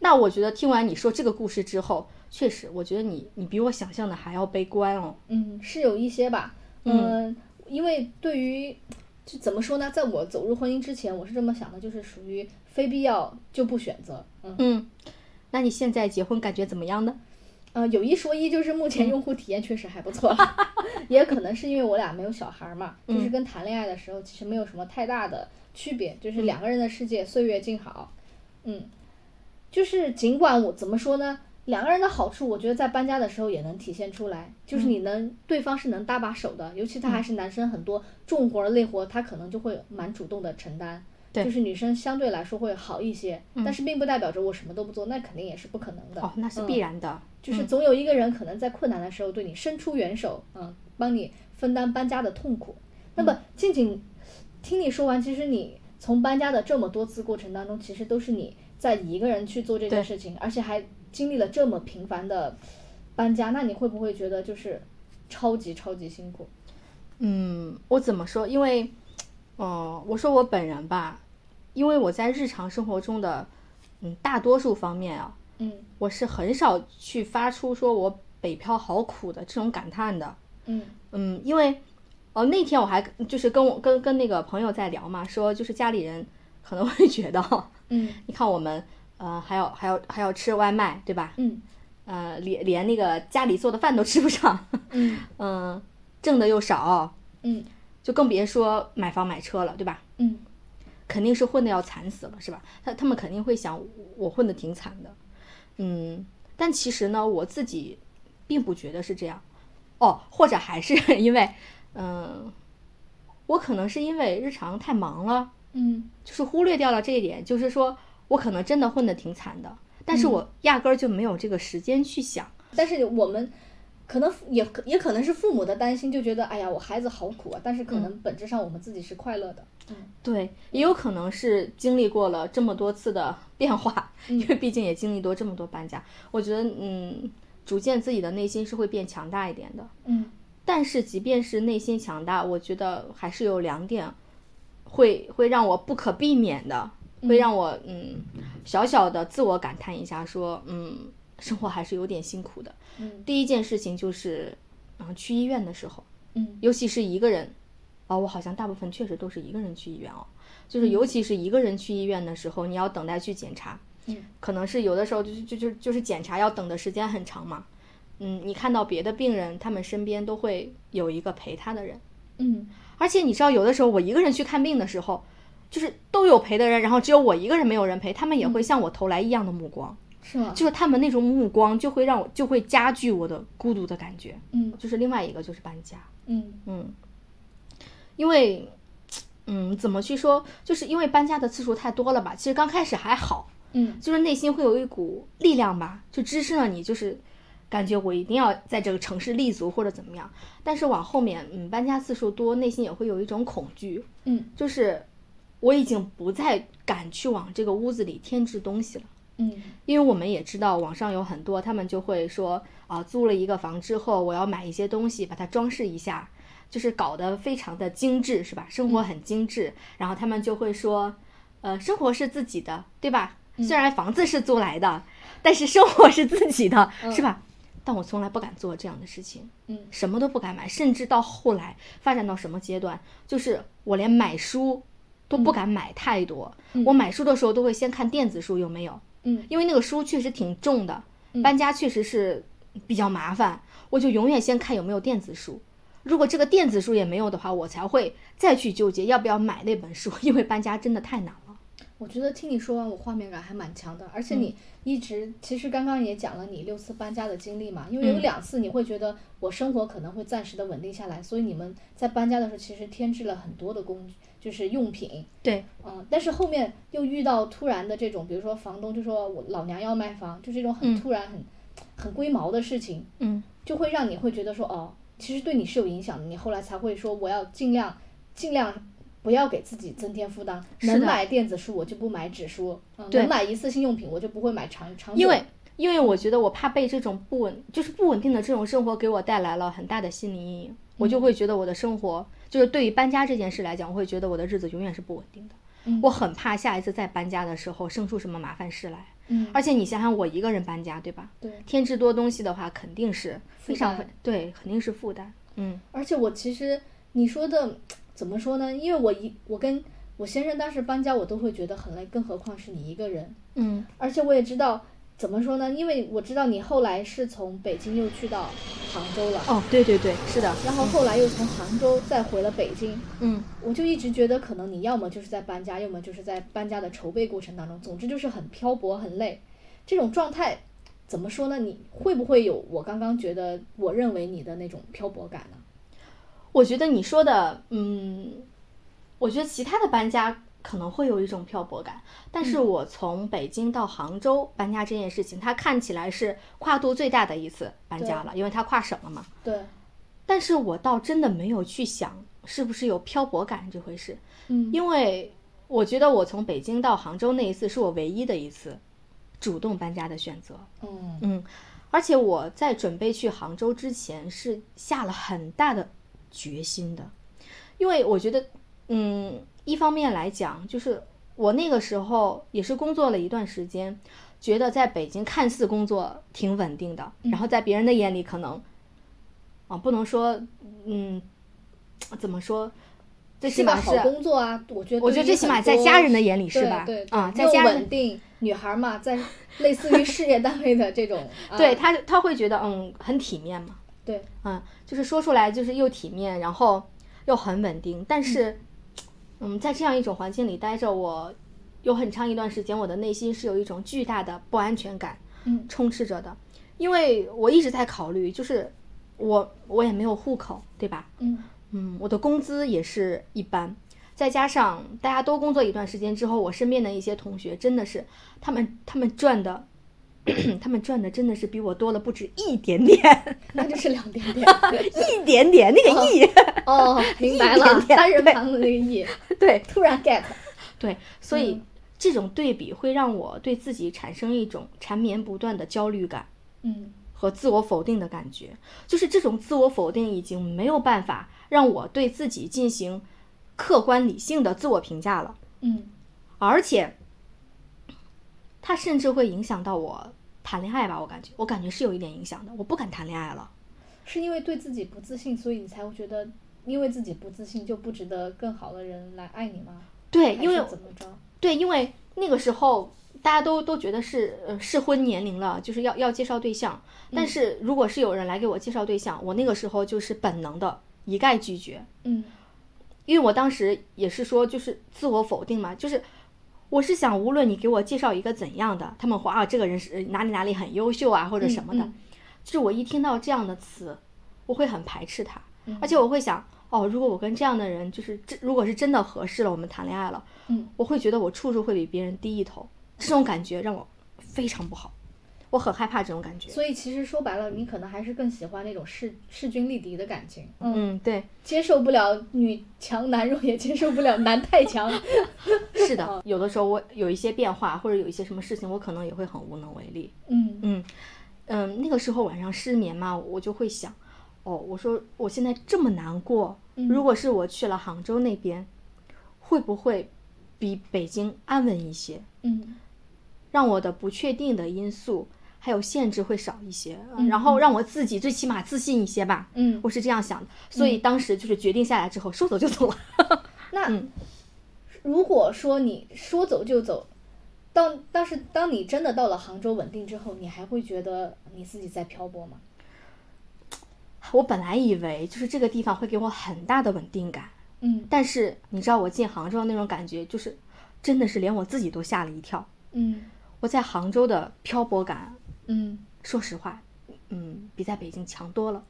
A: 那我觉得听完你说这个故事之后，确实，我觉得你你比我想象的还要悲观哦。
B: 嗯，是有一些吧，
A: 嗯
B: 嗯，因为对于就怎么说呢，在我走入婚姻之前，我是这么想的，就是属于非必要就不选择。嗯，
A: 嗯，那你现在结婚感觉怎么样呢？
B: 呃，有一说一，就是目
A: 嗯
B: 前用户体验确实还不错， 也可能是因为我俩没有小孩儿嘛，就是
A: 嗯
B: 跟谈恋爱的时候其实没有什么太大的区别，
A: 嗯
B: 就是两个人的世界岁月静好，嗯，就是尽管我怎么说呢，两个人的好处，我觉得在搬家的时候也能体现出来，就是
A: 嗯
B: 你能、对方是能搭把手的，尤其他还是男生，很多重活儿累活儿他可能就会蛮主动的承担。
A: 对
B: 就是女生相对来说会好一些，
A: 嗯
B: 但是并不代表着我什么都不做，那肯定也是不可能的。
A: 哦，那是
B: 嗯
A: 必然的。
B: 就是总有一个人可能在困难的时候对你伸出援手，嗯，帮你分担搬家的痛苦。那么静静，听你说完，其实你从搬家的这么多次过程当中，其实都是你在一个人去做这
A: 对
B: 件事情，而且还经历了这么频繁的搬家，那你会不会觉得就是超级超级辛苦？
A: 嗯，我怎么说？因为，呃，我说我本人吧，因为我在日常生活中的，嗯，大多数方面啊，
B: 嗯
A: 我是很少去发出说我北漂好苦的这种感叹的。
B: 嗯
A: 嗯，因为哦，那天我还就是跟我跟跟那个朋友在聊嘛，说就是家里人可能会觉得，
B: 嗯
A: 你看我们呃还要还要还要吃外卖，对吧？
B: 嗯
A: 呃，连连那个家里做的饭都吃不上，
B: 嗯
A: 嗯，挣的又少，
B: 嗯
A: 就更别说买房买车了，对吧？
B: 嗯
A: 肯定是混的要惨死了，是吧？他他们肯定会想我混的挺惨的，嗯，但其实呢，我自己并不觉得是这样，哦，或者还是 因为，嗯，我可能是因为日常太忙了，
B: 嗯
A: 就是忽略掉了这一点，就是说我可能真的混的挺惨的，但是我压根儿就没有这个时间去想，
B: 但是我们可能也可也可能是父母的担心，就觉得哎呀，我孩子好苦啊。但是可能本质上我们自己是快乐的。嗯
A: 对，也有可能是经历过了这么多次的 变化，因为毕竟也经历多这么多搬家，我觉得嗯，逐渐自己的内心是会变强大一点的。
B: 嗯
A: 但是即便是内心强大，我觉得还是有两点会会让我不可避免的，会让我嗯小小的自我感叹一下说嗯，生活还是有点辛苦的。
B: 嗯
A: 第一件事情就是嗯去医院的时候，
B: 嗯
A: 尤其是一个人，啊、我好像大部分确实都是一个人去医院哦，就是尤其是一个人去医院的时候，你要等待去检查，
B: 嗯
A: 可能是有的时候就就就就是检查要等的时间很长嘛，嗯，你看到别的病人，他们身边都会有一个陪他的人，
B: 嗯
A: 而且你知道，有的时候我一个人去看病的时候，就是都有陪的人，然后只有我一个人没有人陪，他们也会向我投来异样的目光，
B: 是吗？
A: 就是他们那种目光就会让我就会加剧我的孤独的感觉，
B: 嗯
A: 就是另外一个就是搬家，
B: 嗯
A: 嗯，因为，嗯，怎么去说，就是因为搬家的次数太多了吧。其实刚开始还好，
B: 嗯
A: 就是内心会有一股力量吧，就支撑着你，就是感觉我一定要在这个城市立足或者怎么样。但是往后面，嗯，搬家次数多，内心也会有一种恐惧，
B: 嗯
A: 就是我已经不再敢去往这个屋子里添置东西了。
B: 嗯
A: 因为我们也知道网上有很多，他们就会说啊，租了一个房之后，我要买一些东西，把它装饰一下，就是搞得非常的精致，是吧？生活很精致，然后他们就会说，呃，生活是自己的，对吧？虽然房子是租来的，但是生活是自己的，是吧？但我从来不敢做这样的事情，
B: 嗯
A: 什么都不敢买，甚至到后来发展到什么阶段，就是我连买书都不敢买太多。我买书的时候都会先看电子书有没有，
B: 嗯
A: 因为那个书确实挺重的，搬家确实是比较麻烦，我就永远先看有没有电子书。如果这个电子书也没有的话，我才会再去纠结要不要买那本书，因为搬家真的太难了。
B: 我觉得听你说完，我画面感还蛮强的，而且你一直、其实刚刚也讲了你六次搬家的经历嘛，因为有
A: 嗯
B: 两次你会觉得我生活可能会暂时的稳定下来，所以你们在搬家的时候其实添置了很多的工具，就是用品，
A: 对，
B: 嗯，但是后面又遇到突然的这种，比如说房东就说我老娘要卖房，就这种很
A: 嗯
B: 突然、很很龟毛的事情，
A: 嗯，
B: 就会让你会觉得说，哦，其实对你是有影响的。你后来才会说，我要尽量尽量不要给自己增添负担，
A: 是
B: 能
A: 的
B: 买电子书我就不买纸书，嗯、
A: 对
B: 能买一次性用品我就不会买长长久。
A: 因为因为我觉得我怕被这种不稳，就是不稳定的这种生活给我带来了很大的心理阴影，我就
B: 嗯
A: 会觉得我的生活，就是对于搬家这件事来讲，我会觉得我的日子永远是不稳定的。
B: 嗯
A: 我很怕下一次再搬家的时候生出什么麻烦事来，
B: 嗯，
A: 而且你想想，我一个人搬家，对吧？
B: 对，
A: 添置多东西的话，肯定是非常
B: 负担
A: 对，肯定是负担。嗯
B: 而且我其实你说的怎么说呢？因为我一我跟我先生当时搬家，我都会觉得很累，更何况是你一个人。
A: 嗯，
B: 而且我也知道怎么说呢，因为我知道你后来是从北京又去到杭州了，
A: 哦，对对对，是的，
B: 然后后来又从杭州再回了北京。
A: 嗯
B: 我就一直觉得，可能你要么就是在搬家，要么就是在搬家的筹备过程当中，总之就是很漂泊、很累。这种状态怎么说呢？你会不会有我刚刚觉得我认为你的那种漂泊感呢？
A: 我觉得你说的，嗯，我觉得其他的搬家可能会有一种漂泊感，但是我从北京到杭州搬家这件事情，它看起来是跨度最大的一次搬家了，因为它跨省了嘛。
B: 对，
A: 但是我倒真的没有去想是不是有漂泊感这回事，
B: 嗯，
A: 因为我觉得我从北京到杭州那一次是我唯一的一次主动搬家的选择。
B: 嗯
A: 嗯，而且我在准备去杭州之前是下了很大的决心的，因为我觉得，嗯，一方面来讲，就是我那个时候也是工作了一段时间，觉得在北京看似工作挺稳定的，
B: 嗯
A: 然后在别人的眼里可能，啊，不能说，嗯，怎么说，最起
B: 是个
A: 码是
B: 好工作啊，我觉得
A: 我觉得最起码在家人的眼里是
B: 对
A: 吧
B: 对，
A: 啊
B: 对
A: 在
B: 又
A: 家人
B: 稳定，女孩嘛，在 类似于事业单位的这种，啊
A: 对他他会觉得嗯很体面嘛，
B: 对，
A: 嗯，就是说出来就是又体面，然后又很稳定，但是，嗯，在这样一种环境里待着，我有很长一段时间，我的内心是有一种巨大的不安全感
B: 嗯
A: 充斥着的，因为我一直在考虑，就是我我也没有户口，对吧？
B: 嗯
A: 嗯，我的工资也是一般，再加上大家都工作一段时间之后，我身边的一些同学真的是，他们他们赚的， 他们赚的真的是比我多了不止一点点，
B: 那就是两点 点，
A: 一点点，那个 亿，
B: 哦，明白了，
A: 一点点
B: 单人旁的那个亿，
A: 对
B: 突然 get，
A: 对，所以这种对比会让我对自己产生一种缠绵不断的焦虑感。
B: 嗯
A: 和自我否定的感觉，就是这种自我否定已经没有办法让我对自己进行客观理性的自我评价了。
B: 嗯
A: 而且，它甚至会影响到我谈恋爱吧，我感觉，我感觉是有一点影响的，我不敢谈恋爱了。
B: 是因为对自己不自信，所以你才会觉得，因为自己不自信就不值得更好的人来爱你吗？
A: 对，
B: 还
A: 因为
B: 是怎么着？
A: 对，因为那个时候大家都都觉得是呃适婚年龄了，就是要要介绍对象。
B: 嗯
A: 但是如果是有人来给我介绍对象，我那个时候就是本能的一概拒绝，
B: 嗯
A: 因为我当时也是说就是自我否定嘛，就是。我是想，无论你给我介绍一个怎样的，他们会啊，这个人是呃哪里哪里很优秀啊，或者什么的，
B: 嗯
A: 就是我一听到这样的词，我会很排斥他，
B: 嗯
A: 而且我会想，哦，如果我跟这样的人，就是这如果是真的合适了，我们谈恋爱了，
B: 嗯，
A: 我会觉得我处处会比别人低一头，这种感觉让我非常不好，我很害怕这种感觉。
B: 所以其实说白了，你可能还是更喜欢那种势势均力敌的感情。嗯
A: 嗯，对，
B: 接受不了女强男弱，也接受不了男 太强。
A: 是的，
B: 嗯
A: 有的时候我有一些变化或者有一些什么事情，我可能也会很无能为力。
B: 嗯
A: 嗯嗯，那个时候晚上失眠嘛，我就会想，哦，我说我现在这么难过，
B: 嗯
A: 如果是我去了杭州那边，会不会比北京安稳一些？
B: 嗯
A: 让我的不确定的因素还有限制会少一些，呃
B: 嗯
A: 然后让我自己最起码自信一些吧。
B: 嗯
A: 我，是这样想的，所以当时就是决定下来之后，说走就走了。
B: 那、
A: 嗯
B: 如果说你说走就走，到但是当你真的到了杭州稳定之后，你还会觉得你自己在漂泊吗？
A: 我本来以为就是这个地方会给我很大的稳定感，
B: 嗯
A: 但是你知道我进杭州的那种感觉，就是真的是连我自己都吓了一跳。
B: 嗯
A: 我在杭州的漂泊感，
B: 嗯，
A: 说实话，嗯，比在北京强多了，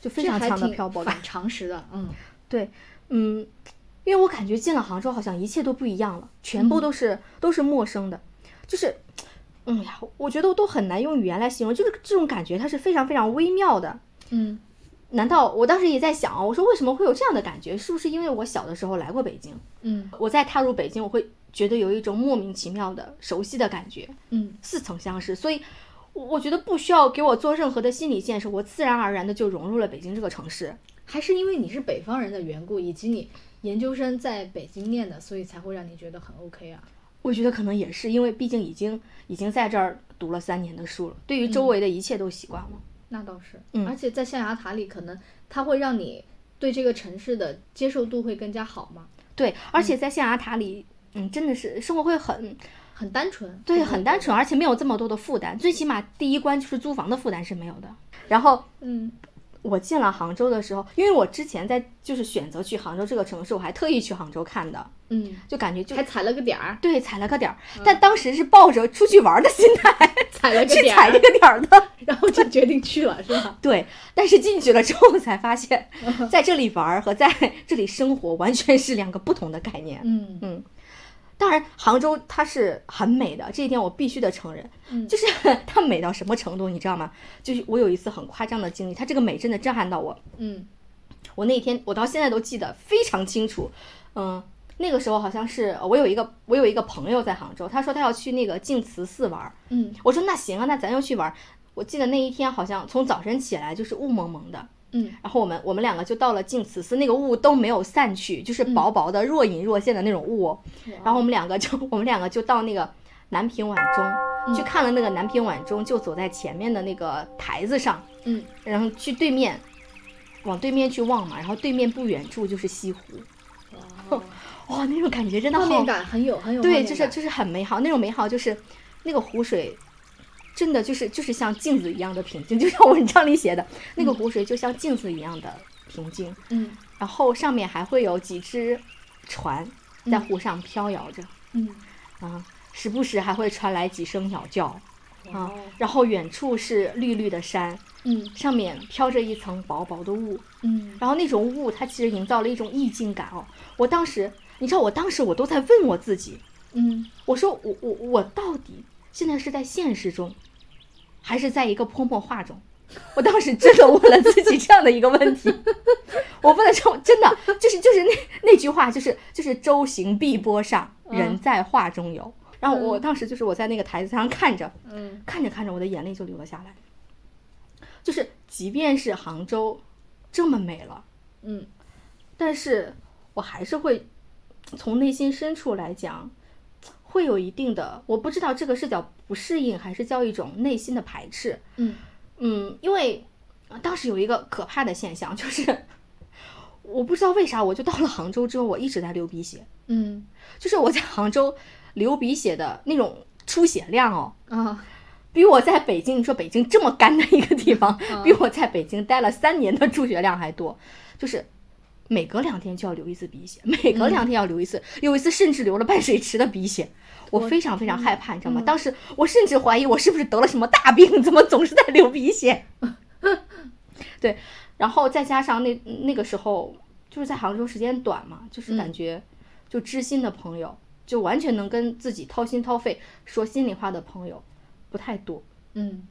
A: 就非
B: 这
A: 常
B: 还
A: 强的
B: 挺
A: 漂泊感
B: 反。常识的，嗯
A: 对，嗯，因为我感觉进了杭州，好像一切都不一样了，全部
B: 嗯
A: 都是、都是陌生的，就是，嗯呀，我觉得我都很难用语言来形容，就是这种感觉，它是非常非常微妙的。
B: 嗯
A: 难道我当时也在想啊？我说为什么会有这样的感觉？是不是因为我小的时候来过北京？
B: 嗯
A: 我再踏入北京，我会觉得有一种莫名其妙的熟悉的感觉，
B: 嗯
A: 似曾相识。所以，我我觉得不需要给我做任何的心理建设，我自然而然的就融入了北京这个城市。
B: 还是因为你是北方人的缘故，以及你研究生在北京念的，所以才会让你觉得很 OK 啊。
A: 我觉得可能也是因为，毕竟已经已经在这儿读了三年的书了，对于周
B: 嗯
A: 围的一切都习惯了。
B: 那倒是，
A: 嗯
B: 而且在象牙塔里，可能它会让你对这个城市的接受度会更加好嘛，
A: 对，而且在象牙塔里，嗯，真的是生活会很
B: 很单纯，
A: 对，啊
B: 会不会
A: 很单
B: 觉
A: 纯，而且没有这么多的负担。最起码第一关就是租房的负担是没有的。然后
B: 得。嗯
A: 我进了杭州的时候，因为我之前在就是选择去杭州这个城市，我还特意去杭州看的，
B: 嗯，
A: 就感觉就
B: 还踩了个点儿，
A: 对踩了个点儿，但当时是抱着出去玩儿的心态
B: 踩了个
A: 去
B: 点
A: 踩
B: 儿
A: 这，个点儿的。
B: 然后就决定去了，是 吧？
A: 对，但是进去了之后才发现，
B: 嗯
A: 在这里玩儿和在这里生活完全是两个不同的概念。
B: 嗯
A: 嗯，当然，杭州它是很美的，这一点我必须得承认。
B: 嗯
A: 就是它美到什么程度，你知道吗？就是我有一次很夸张的经历，它这个美真的震撼到我。
B: 嗯
A: 我那天我到现在都记得非常清楚。嗯，那个时候好像是我有一个我有一个朋友在杭州，他说他要去那个净慈寺玩儿，
B: 嗯
A: 我说那行啊，那咱就去玩儿。我记得那一天好像从早晨起来就是雾蒙蒙的，
B: 嗯
A: 然后我们我们两个就到了净慈寺，那个雾都没有散去，就是
B: 嗯
A: 薄薄的、若隐若现的那种雾哦、
B: 哇
A: 然后我们两个就 我们两个就到那个南屏晚钟、去
B: 嗯
A: 看了那个南屏晚钟，就走在前面的那个台子上，
B: 嗯，
A: 然后去对面，往对面去望嘛，然后对面不远处就是西湖，
B: 哇
A: 哇，那种感觉真的
B: 画
A: 好
B: 面，感很有很有画
A: 哦对，
B: 面
A: 就是
B: 感
A: 就是很美好，那种美好就是那个湖水。真的就是就是像镜子一样的平静，就像文章里写的，那个
B: 嗯
A: 湖水就像镜子一样的平静。
B: 嗯
A: 然后上面还会有几只船在
B: 嗯
A: 湖上飘摇着，
B: 嗯
A: 啊，时不时还会传来几声鸟叫，
B: 哇
A: 啊
B: 哦，
A: 然后远处是绿绿的山，
B: 嗯
A: 上面飘着一层薄薄的雾，
B: 嗯
A: 然后那种雾它其实营造了一种意境感哦。我当时，你知道，我当时我都在问我自己，
B: 嗯
A: 我说我我我到底现在是在现实中，还是在一个泼墨画中？我当时真的问了自己这样的一个问题， 我问了之后，真的就是就是那那句话，就是就是舟行碧波上，人
B: 嗯
A: 在画中游。然后我
B: 嗯
A: 当时就是我在那个台子上看着，
B: 嗯
A: 看着看着，我的眼泪就流了下来。就是即便是杭州这么美了，
B: 嗯
A: 但是我还是会从内心深处来讲，会有一定的，我不知道这个是叫不适应，还是叫一种内心的排斥。
B: 嗯
A: 嗯，因为呃当时有一个可怕的现象，就是 我不知道为啥，我就到了杭州之后，我一直在流鼻血，
B: 嗯
A: 就是我在杭州流鼻血的那种出血量哦。
B: 啊
A: 比我在北京，你说北京这么干的一个地方，
B: 嗯
A: 比我在北京待了三年的出血量还多，就是每隔两天就要流一次鼻血，每隔两天要流一次，
B: 嗯
A: 流一次甚至流了半水池的鼻血，我非常非常害怕，你知道吗？
B: 嗯
A: 当时我甚至怀疑我是不是得了什么大病，怎么总是在流鼻血？ 对，然后再加上那那个时候就是在杭州时间短嘛，就是感
B: 嗯
A: 觉就知心的朋友，就完全能跟自己掏心掏肺说心里话的朋友不太多。
B: 嗯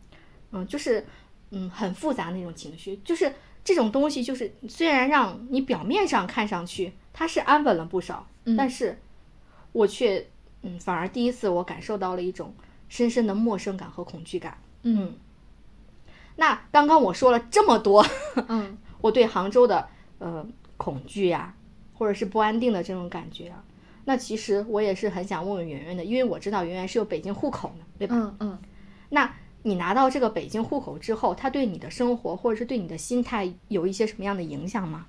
A: 嗯，就是嗯很复杂那种情绪，就是这种东西，就是虽然让你表面上看上去它是安稳了不少，
B: 嗯
A: 但是我却嗯反而第一次我感受到了一种深深的陌生感和恐惧感。
B: 嗯
A: 那刚刚我说了这么多，
B: 嗯
A: 我对杭州的呃恐惧呀、或者是不安定的这种感觉啊，那其实我也是很想问问圆圆的，因为我知道圆圆是有北京户口的，对吧？
B: 嗯嗯
A: 那你拿到这个北京户口之后，它对你的生活或者是对你的心态有一些什么样的影响吗？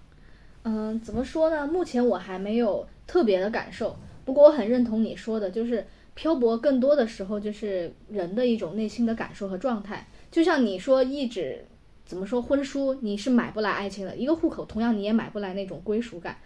B: 嗯，怎么说呢？目前我还没有特别的感受，不过我很认同你说的，就是漂泊更多的时候就是人的一种内心的感受和状态。就像你说，一纸怎么说婚书，你是买不来爱情的，一个户口同样你也买不来那种归属感。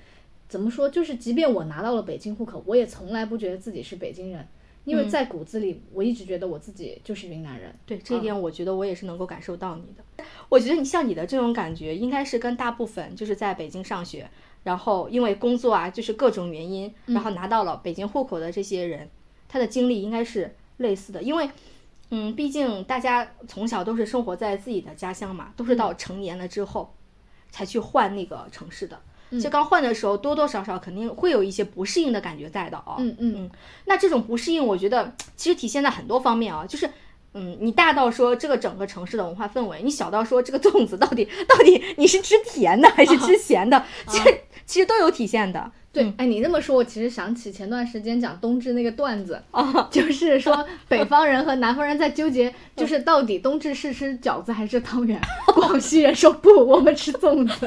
B: 怎么说，就是即便我拿到了北京户口，我也从来不觉得自己是北京人，因为
A: 嗯
B: 在骨子里我一直觉得我自己就是云南人。
A: 对这一点，我觉得我也是能够感受到你的。我觉得你像你的这种感觉，应该是跟大部分就是在北京上学，然后因为工作啊，就是各种原因，然后拿到了北京户口的这些人，他的经历应该是类似的。因为，嗯，毕竟大家从小都是生活在自己的家乡嘛，都是到成年了之后才去换那个城市的。就刚换的时候，多多少少肯定会有一些不适应的感觉在的哦。
B: 嗯嗯
A: 嗯，那这种不适应，我觉得其实体现在很多方面啊，就是。嗯，你大到说这个整个城市的文化氛围，你小到说这个粽子到底到底你是吃甜的还是吃咸 的，其实、其实都有体现的。
B: 对，
A: 嗯
B: 哎，你这么说，我其实想起前段时间讲冬至那个段子，
A: 啊，
B: 就 是说北方人和南方人在纠结，就是到底冬至是吃饺子还是汤圆。 广西人说不，我们吃粽子，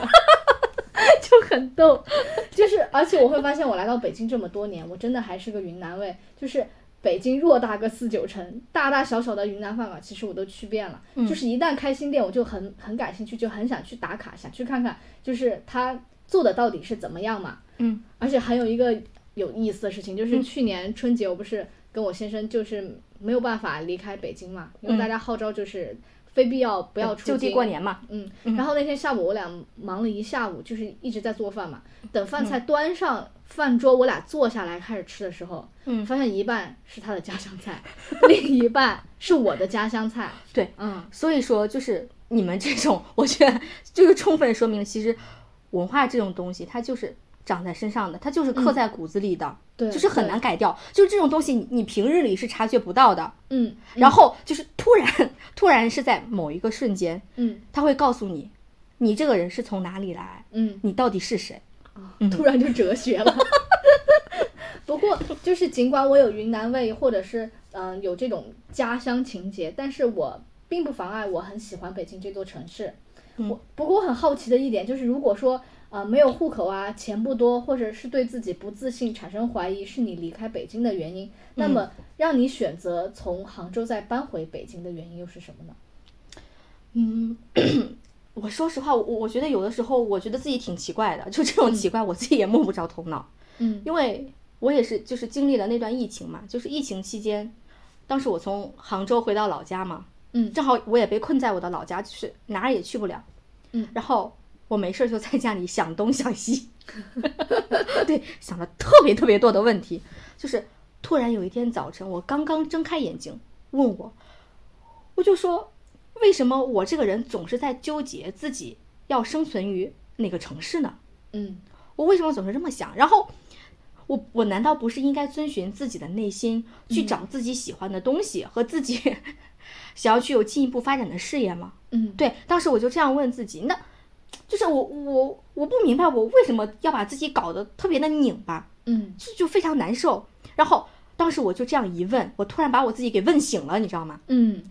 B: 就很逗。就是，而且我会发现，我来到北京这么多年，我真的还是个云南味，就是。北京偌大个四九城，大大小小的云南饭馆，其实我都去遍了。
A: 嗯
B: 就是一旦开新店，我就很很感兴趣，就很想去打卡，想去看看，就是它做的到底是怎么样嘛。
A: 嗯
B: 而且还有一个有意思的事情，就是
A: 嗯
B: 去年春节我不是跟我先生就是没有办法离开北京嘛，因为
A: 嗯
B: 大家号召就是非必要不要出
A: 就地
B: 京
A: 过。年嘛。
B: 嗯，
A: 嗯
B: 然后那天下午我俩忙了一下午，就是一直在做饭嘛。
A: 嗯
B: 等饭菜端上饭桌，我俩坐下来开始吃的时候，
A: 嗯
B: 发现一半是他的家乡菜， 另一半是我的家乡菜。
A: 对，
B: 嗯，
A: 所以说就是你们这种，我觉得就是充分说明了，其实文化这种东西，它就是长在身上的，它就是刻在骨子里的，
B: 嗯对，
A: 就是很
B: 对
A: 难。改掉。就是这种东西你，你平日里是察觉不到的，
B: 嗯，
A: 然后就是突然突然是在某一个瞬间，
B: 嗯
A: 他会告诉你，你这个人是从哪里来，
B: 嗯，
A: 你到底是谁。
B: 啊
A: 嗯
B: 突然就哲学了。 不过，就是尽管我有云南味，或者是嗯、呃有这种家乡情结，但是我并不妨碍我很喜欢北京这座城市。
A: 嗯
B: 我不过我很好奇的一点就是，如果说呃没有户口啊，钱不多，或者是对自己不自信产生怀疑，是你离开北京的原因，那么让你选择从杭州再搬回北京的原因又是什么呢？
A: 嗯，我说实话，我我觉得有的时候，我觉得自己挺奇怪的，就这种奇怪，我自己也摸不着头脑，
B: 嗯
A: 因为我也是就是经历了那段疫情嘛，就是疫情期间，当时我从杭州回到老家嘛，
B: 嗯
A: 正好我也被困在我的老家，就是哪儿也去不了，
B: 嗯
A: 然后我没事儿就在家里想东想西， 对，想了特别特别多的问题，就是突然有一天早晨，我刚刚睁开眼睛，问我，我就说，为什么我这个人总是在纠结自己要生存于哪个城市呢？
B: 嗯
A: 我为什么总是这么想？然后。我我难道不是应该遵循自己的内心，去
B: 嗯
A: 找自己喜欢的东西和自己 想要具有进一步发展的事业吗？
B: 嗯，
A: 对，当时我就这样问自己，那就是我我我不明白我为什么要把自己搞得特别的拧巴，
B: 嗯
A: 就就非常难受。然后当时我就这样一问，我突然把我自己给问醒了，你知道吗？
B: 嗯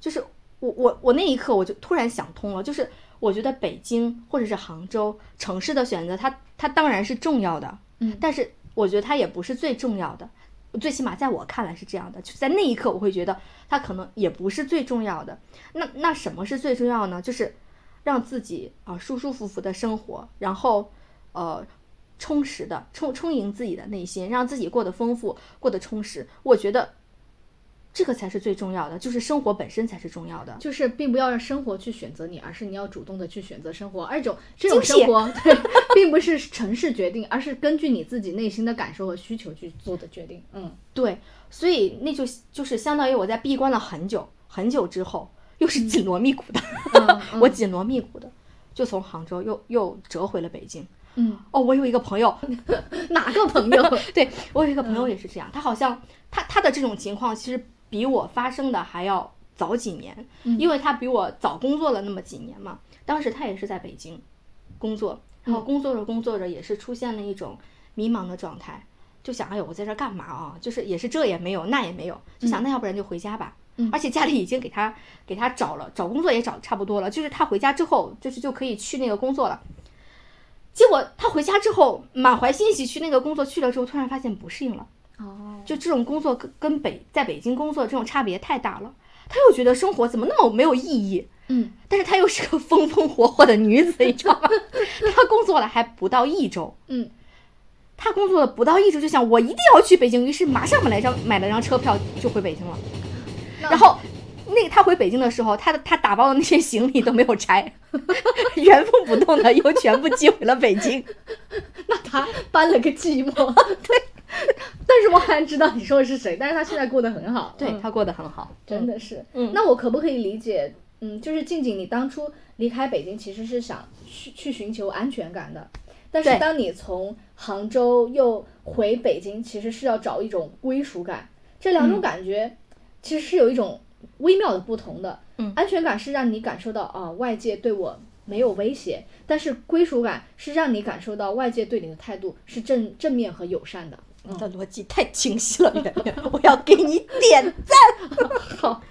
A: 就是我我我那一刻我就突然想通了，就是我觉得北京或者是杭州城市的选择，它它当然是重要的，
B: 嗯
A: 但是我觉得它也不是最重要的。最起码在我看来是这样的，就在那一刻我会觉得它可能也不是最重要的。那那什么是最重要呢？就是让自己啊、舒舒服服的生活，然后呃充实的充充盈自己的内心，让自己过得丰富，过得充实。我觉得这个才是最重要的，就是生活本身才是重要的。
B: 就是并不要让生活去选择你，而是你要主动的去选择生活。而这种这种
A: 精辟
B: 生活， 对，并不是城市决定，而是根据你自己内心的感受和需求去做的决定。嗯
A: 对，所以那就就是相当于我在闭关了很久很久之后，又是紧锣密鼓的，
B: 嗯
A: 我紧锣密鼓的就从杭州又又折回了北京。
B: 嗯，
A: 哦，我有一个朋友，
B: 哪个朋友？
A: 对我有一个朋友也是这样，他好像他他的这种情况其实比我发生的还要早几年，
B: 嗯
A: 因为他比我早工作了那么几年嘛。当时他也是在北京工作，然后
B: 嗯
A: 工作着工作着也是出现了一种迷茫的状态，就想哎呦我在这儿干嘛啊？就是也是这也没有那也没有，就想
B: 嗯
A: 那要不然就回家吧。
B: 嗯
A: 而且家里已经给他给他找了找工作也找得差不多了，就是他回家之后就是就可以去那个工作了。结果他回家之后，满怀欣喜去那个工作去了之后，突然发现不适应了。
B: 哦，
A: 就这种工作跟跟北在北京工作这种差别太大了，他又觉得生活怎么那么没有意义？
B: 嗯
A: 但是她又 是个风风火火的女子，你知道吗？她工作了还不到一周，
B: 嗯
A: 他工作了不到一周就想我一定要去北京，于是马上买了一张买了张车票就回北京了。然后那他回北京的时候，他的他打包的那些行李都没有拆， 原封不动的又全部寄回了北京。
B: 那他搬了个寂寞， 对。但是我好像知道你说的是谁，但是他现在过得很好，
A: 对
B: 嗯
A: 他过得很好，
B: 真的是。
A: 嗯
B: 那我可不可以理解？嗯，就是静静，你当初离开北京其实是想去去寻求安全感的，但是
A: 对
B: 当你从杭州又回北京，其实是要找一种归属感。这两种
A: 嗯
B: 感觉其实是有一种微妙的不同的。
A: 嗯
B: 安全感是让你感受到啊，外界对我没有威胁，但是归属感是让你感受到外界对你的态度是正正面和友善的。
A: 你的逻辑太清晰了，圆圆，我要给你点赞。
B: 好，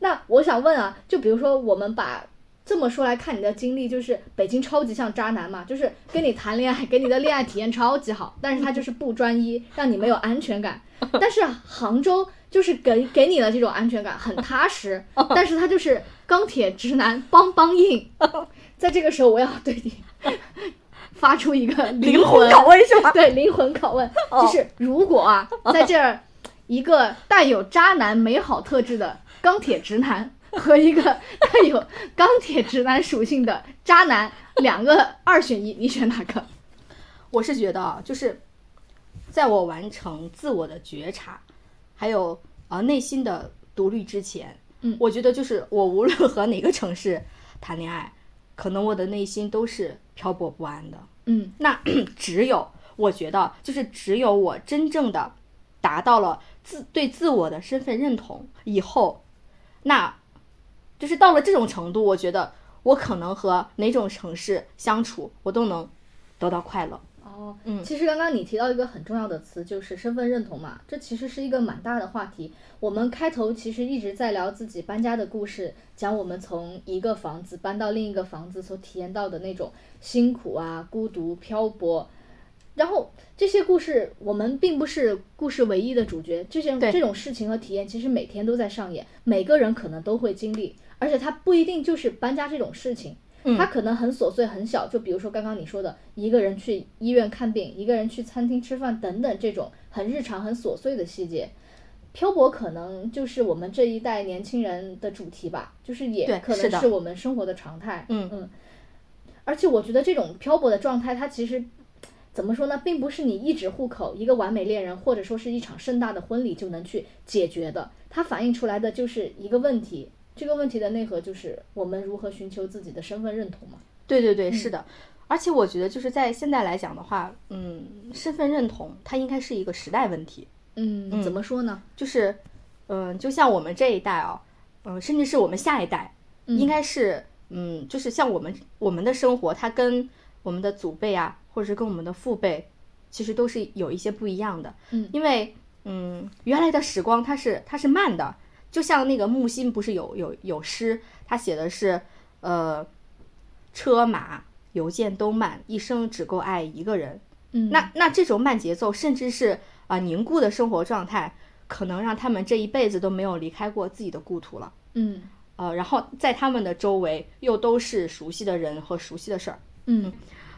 B: 那我想问啊，就比如说我们把这么说来看你的经历，就是北京超级像渣男嘛，就是跟你谈恋爱，给你的恋爱体验超级好，但是他就是不专一，让你没有安全感。但是杭州就是给给你的这种安全感很踏实，但是他就是钢铁直男，梆梆硬。在这个时候，我要对你发出一个
A: 灵魂拷问是吧？
B: 对，灵魂拷问，
A: 哦
B: 就是如果啊，在这儿一个带有渣男美好特质的钢铁直男和一个带有钢铁直男属性的渣男，两个二选一，你选哪个？
A: 我是觉得啊，就是在我完成自我的觉察，还有呃内心的独立之前，
B: 嗯
A: 我觉得就是我无论和哪个城市谈恋爱，可能我的内心都是漂泊不安的。
B: 嗯
A: 那 只有我觉得，就是只有我真正的达到了自对自我的身份认同以后，那就是到了这种程度，我觉得我可能和哪种城市相处，我都能得到快乐。
B: 哦，
A: 嗯
B: 其实刚刚你提到一个很重要的词，就是身份认同嘛，这其实是一个蛮大的话题。我们开头其实一直在聊自己搬家的故事，讲我们从一个房子搬到另一个房子所体验到的那种辛苦啊、孤独、漂泊。然后这些故事，我们并不是故事唯一的主角，这些
A: 对
B: 这种事情和体验，其实每天都在上演，每个人可能都会经历，而且它不一定就是搬家这种事情，
A: 嗯
B: 它可能很琐碎、很小，就比如说刚刚你说的，一个人去医院看病，一个人去餐厅吃饭等等这种很日常、很琐碎的细节。漂泊可能就是我们这一代年轻人的主题吧，就是也
A: 对
B: 可
A: 是
B: 能
A: 的
B: 是我们生活的常态。
A: 嗯
B: 嗯，而且我觉得这种漂泊的状态，它其实怎么说呢，并不是你一纸户口、一个完美恋人，或者说是一场盛大的婚礼就能去解决的。它反映出来的就是一个问题，这个问题的内核就是我们如何寻求自己的身份认同嘛。
A: 对对对，是的。而且我觉得，就是在现在来讲的话，嗯，身份认同它应该是一个时代问题，
B: 嗯，
A: 嗯
B: 怎么说呢？
A: 就是，嗯，就像我们这一代啊，嗯，甚至是我们下一代，
B: 嗯
A: 应该是，嗯，就是像我们我们的生活，它跟我们的祖辈啊，或者是跟我们的父辈，其实都是有一些不一样的。
B: 嗯
A: 因为，嗯，原来的时光它是它是慢的，就像那个木心不是有有有诗，他写的是，呃，车马邮件都慢，一生只够爱一个人。
B: 嗯，
A: 那那这种慢节奏，甚至是啊、凝固的生活状态，可能让他们这一辈子都没有离开过自己的故土了。
B: 嗯
A: 呃，然后在他们的周围又都是熟悉的人和熟悉的事儿，
B: 嗯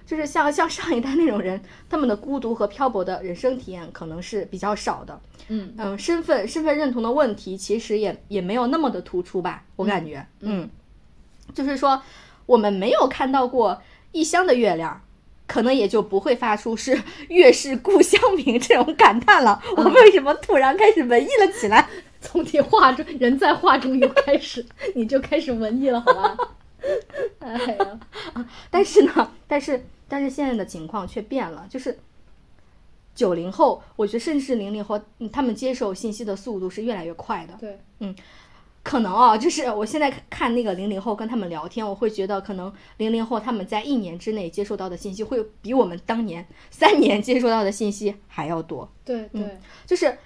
A: 就是像像上一代那种人，他们的孤独和漂泊的人生体验可能是比较少的。
B: 嗯
A: 嗯，身份身份认同的问题其实也也没有那么的突出吧，我感觉，嗯，就是说我们没有看到过异乡的月亮。可能也就不会发出是 “月是故乡明”这种感叹了。我们为什么突然开始文艺了起来？
B: 从你画中人在画中又开始， 你就开始文艺了，好吧？ 哎呀，
A: 但是呢，但是但是现在的情况却变了，就是九零后，我觉得甚至是零零后，嗯他们接受信息的速度是越来越快的。
B: 对，
A: 可能啊，就是我现在看看那个零零后跟他们聊天，我会觉得可能零零后他们在一年之内接受到的信息会比我们当年三年接受到的信息还要多，
B: 对对，
A: 嗯就是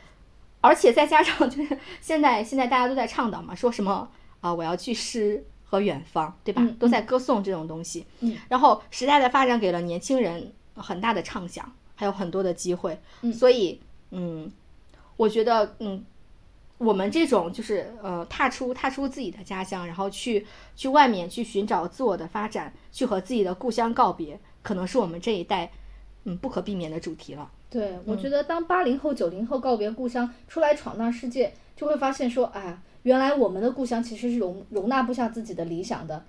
A: 而且再加上就是现在现在大家都在倡导嘛，说什么啊、我要去诗和远方，对吧？
B: 嗯
A: 都在歌颂这种东西。
B: 嗯
A: 然后时代的发展给了年轻人很大的畅想，还有很多的机会。
B: 嗯
A: 所以，嗯，我觉得，嗯，我们这种就是呃，踏出踏出自己的家乡，然后去去外面去寻找自我的发展，去和自己的故乡告别，可能是我们这一代嗯不可避免的主题了。
B: 对，我觉得当八零后、九零后告别故乡，出来闯荡世界，就会发现说，哎，原来我们的故乡其实是容容纳不下自己的理想的。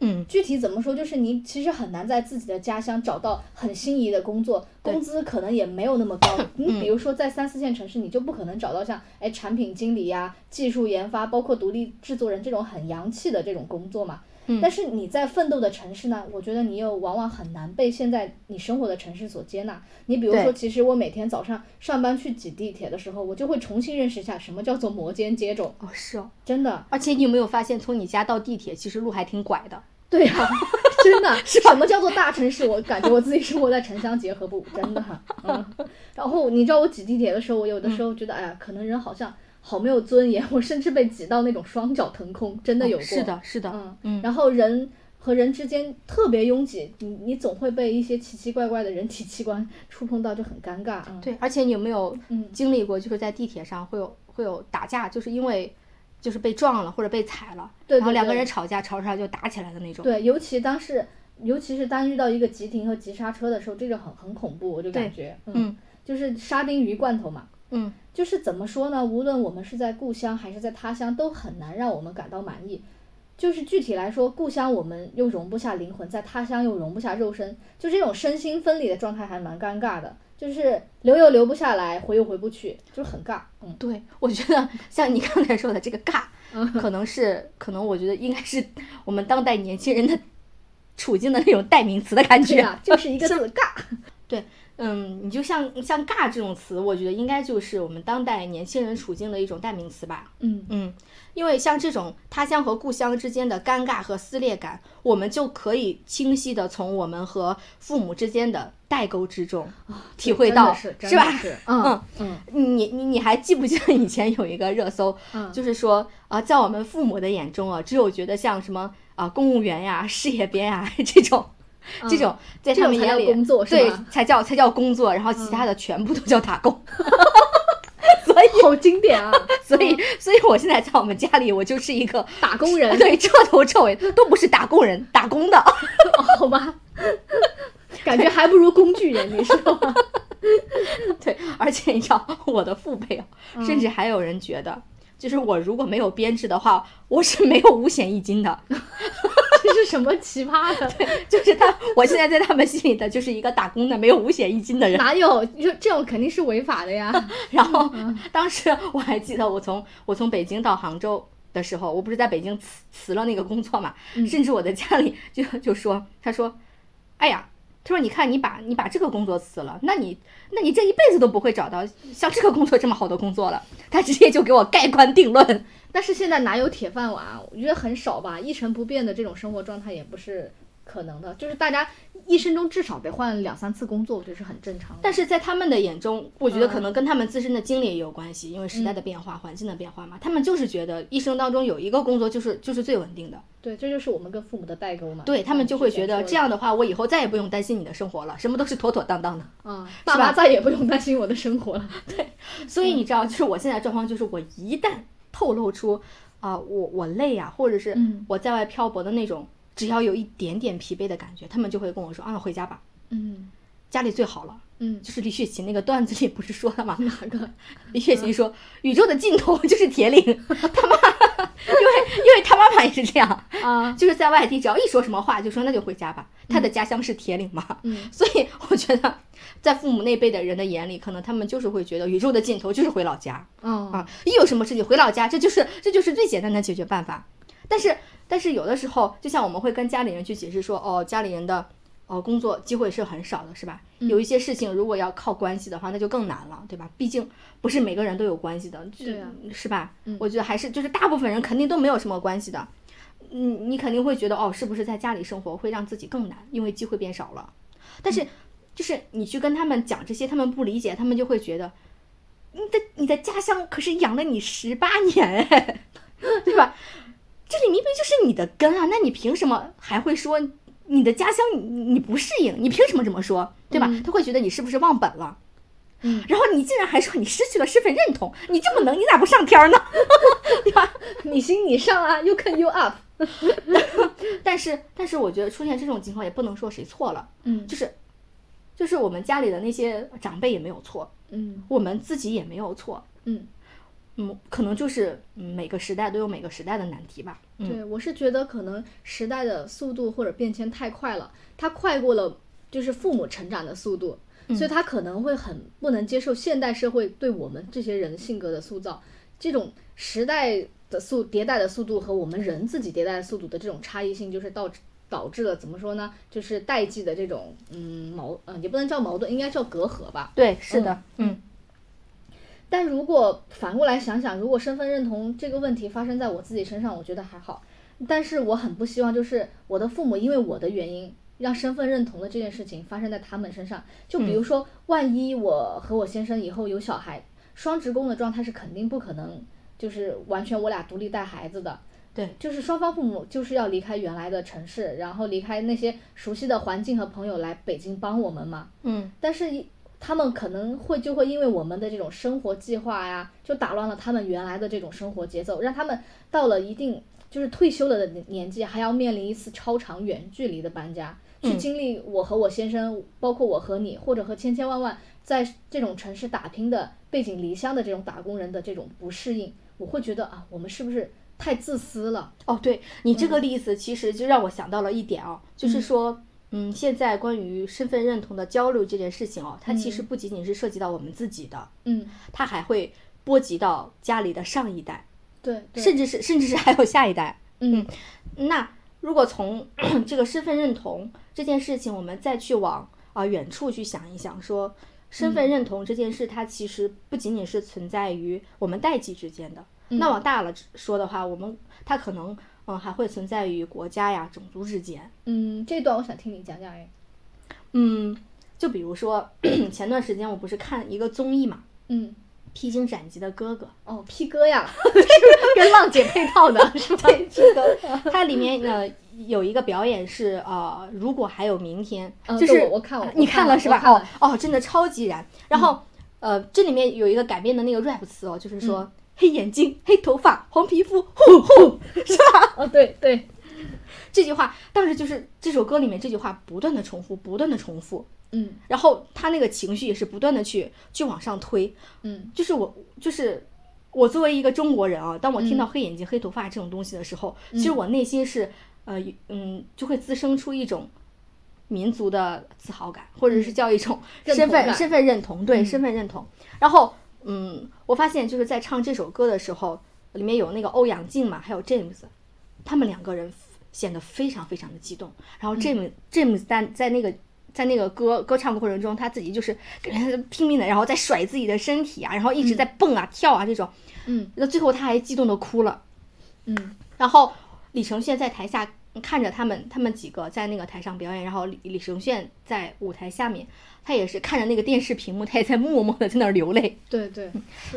A: 嗯，
B: 具体怎么说，就是你其实很难在自己的家乡找到很心仪的工作，
A: 对
B: 工资可能也没有那么 高。你比如说在三四线城市，你就不可能找到像哎产品经理呀、技术研发，包括独立制作人这种很洋气的这种工作嘛。
A: 嗯
B: 但是你在奋斗的城市呢，我觉得你又往往很难被现在你生活的城市所接纳。你比如说，
A: 对
B: 其实我每天早上上班去挤地铁的时候，我就会重新认识一下什么叫做摩肩接踵，
A: 哦是哦，
B: 真的。
A: 而且你有没有发现，从你家到地铁其实路还挺拐的？
B: 对呀、真的，什么叫做大城市？我感觉我自己生活在城乡结合部，真的。嗯，然后你知道我挤地铁的时候，我有的时候觉得，哎呀，可能人好像好没有尊严，我甚至被挤到那种双脚腾空，真的有
A: 哦
B: 过。
A: 是，的，是的，
B: 嗯
A: 嗯
B: 然后人和人之间特别拥挤，你你总会被一些奇奇怪怪的人体 器官触碰到，就很尴尬。嗯，，
A: 对，而且你有没有
B: 嗯
A: 经历过，就是在地铁上会有会有打架，就是因为就是被撞了或者被踩了，
B: 对对
A: 然后两个
B: 对
A: 人吵架，吵着吵着就打起来的那种。
B: 对，尤其当是，尤其是当遇到一个急停和急刹车的时候，这个很很恐怖，我就感
A: 对
B: 觉，
A: 嗯，
B: 就是沙丁鱼罐头嘛。
A: 嗯，
B: 就是怎么说呢？无论我们是在故乡还是在他乡，都很难让我们感到满意。就是具体来说，故乡我们又容不下灵魂，在他乡又容不下肉身，就这种身心分离的状态还蛮尴尬的。就是留又留不下来，回又回不去，就很尬。嗯，
A: 对，我觉得像你刚才说的这个尬，可能是可能我觉得应该是我们当代年轻人的处境的那种代名词的感
B: 对
A: 觉。
B: 啊， 就是一个字尬。
A: 对，嗯，你就像像尬这种词，我觉得应该就是我们当代年轻人处境的一种代名词吧。
B: 嗯，
A: 嗯，因为像这种他乡和故乡之间的尴尬和撕裂感，我们就可以清晰的从我们和父母之间的代沟之中
B: 啊
A: 体会到，
B: 是
A: 是吧？
B: 嗯
A: 嗯
B: 嗯
A: 你你你还记不记得以前有一个热搜，
B: 嗯，
A: 就是说啊、呃在我们父母的眼中啊，只有觉得像什么啊、公务员呀、事业编呀 这种。这种在
B: 嗯这
A: 他
B: 种
A: 们
B: 才
A: 眼
B: 叫
A: 里，
B: 工作是
A: 对
B: 吧嗯
A: 才叫才叫工作，然后其他的全部都叫打工。 所以
B: 好经典啊！
A: 所以所以我现在在我们家里，我就是一个
B: 打工人
A: 对，彻头彻尾都不是打工 人，打工的。
B: 哦好吧， 感觉还不如工具人，你知道吗？
A: 对，而且你知道我的父辈啊，甚至还有人觉得，就是我如果没有编制的话，我是没有五险一金的。
B: 这是什么奇葩的？
A: 就是他，我现在在他们心里的就是一个打工的，没有五险一金 的人。
B: 哪有？你说这种肯定是违法的呀！
A: 然后 当时我还记得，我从我从北京到杭州的时候，我不是在北京辞辞了那个工作嘛，甚至我在家里就就说，他说，哎呀。他说：“你看，你把你把这个工作辞了，那你那你这一辈子都不会找到像这个工作这么好的工作了。”他直接就给我盖棺定论。
B: 但是现在哪有铁饭碗啊？我觉得很少吧，一成不变的这种生活状态也不是可能的。就是大家一生中至少得换两三次工作，我觉得是很正常的。
A: 但是在他们的眼中，我觉得可能跟他们自身的经历也有关系，因为时代的变化、环境的变化嘛，他们就是觉得一生当中有一个工作就是就是最稳定的，
B: 对，这就是我们跟父母的代沟嘛。
A: 对他们就会觉得这
B: 样。
A: 样的话，我以后再也不用担心你的生活了，什么都是妥妥当当的。
B: 啊、爸妈再也不用担心我的生活 了。
A: 所以你知道，就是我现在状况，就是我一旦透露出啊、我我累啊，或者是
B: 嗯
A: 我在外漂泊的那种，只要有一点点疲惫的感觉，他们就会跟我说啊，回家吧，
B: 嗯
A: 家里最好了。
B: 嗯，
A: 就是李雪琴那个段子里不是说了吗？
B: 哪个？
A: 李雪琴说：“宇宙的尽头就是铁岭。” 他妈，因为因为他妈妈也是这样，
B: 啊，
A: 就是在外地，只要一说什么话，就说那就回家吧。他的家乡是铁岭嘛，
B: 嗯
A: 所以我觉得，在父母那辈的人的眼里，可能他们就是会觉得宇宙的尽头就是回老家
B: 哦，
A: 啊，一有什么事情回老家，这就是这就是最简单的解决办法。但是但是有的时候，就像我们会跟家里人去解释说，哦，家里人的。哦，工作机会是很少的，是吧？
B: 嗯
A: 有一些事情如果要靠关系的话，那就更难了，对吧？毕竟不是每个人都有关系的，就
B: 对啊
A: 是吧？
B: 嗯
A: 我觉得还是就是大部分人肯定都没有什么关系的。你你肯定会觉得哦，是不是在家里生活会让自己更难，因为机会变少了。但
B: 嗯
A: 是就是你去跟他们讲这些，他们不理解，他们就会觉得你的你的家乡可是养了你十八年， 哎对吧？这里明明就是你的根啊，那你凭什么还会说你的家乡你你不适应？你凭什么这么说，对吧？
B: 嗯
A: 他会觉得你是不是忘本了？
B: 嗯
A: 然后你竟然还说你失去了身份认同，你这么能，你咋不上天 儿呢？对吧？
B: 你行你上啊，You can you up。
A: 但是，但是我觉得出现这种情况也不能说谁错了，
B: 嗯
A: 就是就是我们家里的那些长辈也没有错，
B: 嗯
A: 我们自己也没有错，
B: 嗯，
A: 嗯，可能就是嗯每个时代都有每个时代的难题吧。嗯，
B: 对，我是觉得可能时代的速度或者变迁太快了，它快过了就是父母成长的速度，所以他可能会很不能接受现代社会对我们这些人性格的塑造，这种时代的速迭代的速度和我们人自己迭代的速度的这种差异性，就是导致导致了怎么说呢？就是代际的这种嗯矛嗯也不能叫矛盾，应该叫隔阂吧。
A: 对，是的，嗯
B: 但如果反过来想想，如果身份认同这个问题发生在我自己身上，我觉得还好。但是我很不希望，就是我的父母因为我的原因，让身份认同的这件事情发生在他们身上。就比如说，万一我和我先生以后有小孩，双职工的状态是肯定不可能，就是完全我俩独立带孩子的。
A: 对，
B: 就是双方父母就是要离开原来的城市，然后离开那些熟悉的环境和朋友来北京帮我们嘛。
A: 嗯，
B: 但是一他们可能会就会因为我们的这种生活计划呀，就打乱了他们原来的这种生活节奏，让他们到了一定就是退休了的年年纪，还要面临一次超长远距离的搬家，去
A: 嗯
B: 经历我和我先生，包括我和你，或者和千千万万在这种城市打拼的背井离乡的这种打工人的这种不适应，我会觉得啊，我们是不是太自私了？
A: 哦，对你这个例子，其实就让我想到了一点哦，就是说。嗯，现在关于身份认同的交流这件事情哦，它其实不仅仅是涉及到我们自己的，
B: 嗯，
A: 它还会波及到家里的上一代，
B: 对，对
A: 甚至是甚至是还有下一代。
B: 嗯
A: 那如果从 这个身份认同这件事情，我们再去往啊、远处去想一想说，身
B: 嗯
A: 份认同这件事，它其实不仅仅是存在于我们代际之间的。
B: 嗯
A: 那往大了说的话，我们它可能嗯还会存在于国家呀、种族之间。
B: 嗯，这段我想听你讲讲哎，
A: 嗯，就比如说 前段时间我不是看一个综艺嘛，
B: 嗯。
A: 《披荆斩棘的哥哥》。
B: 哦，P 哥呀， 跟浪姐配套 的是吧？
A: 对，这个 它里面呃有一个表演是呃，如果还有明天，
B: 嗯
A: 就
B: 对
A: 是
B: 我我看了
A: 你
B: 我看
A: 了
B: 了
A: 是
B: 我
A: 吧？
B: 看
A: 哦
B: 了嗯
A: 哦，真的超级燃。然后呃，这里面有一个改编的那个 rap 词哦，就是说黑眼睛、黑头发、黄皮肤，呼呼，是吧？
B: 哦，对对，
A: 这句话当时就是这首歌里面这句话不断的重复，不断的重复，
B: 嗯
A: 然后他那个情绪也是不断的去去往上推，
B: 嗯
A: 就是我就是我作为一个中国人啊，当我
B: 嗯
A: 听到黑眼睛、黑头发这种东西的时候，其实我内心是呃嗯，就会滋生出一种民族的自豪感，或者是叫一种
B: 嗯认同
A: 身份、
B: 感嗯
A: 身份认同，对、身份认同。然后嗯，我发现就是在唱这首歌的时候，里面有那个欧阳靖嘛，还有 James，他们两个人显得非常非常的激动。然后 James、James 在在那个在那个歌歌唱过程中，他自己就是感觉他在拼命的，然后在甩自己的身体啊，然后一直在蹦啊、跳啊这种。
B: 嗯
A: 那最后他还激动的哭了。
B: 嗯
A: 然后李承铉在台下看着他们，他们几个在那个台上表演，然后李李承铉在舞台下面，他也是看着那个电视屏幕，他也在默默的在那儿流泪。
B: 对对，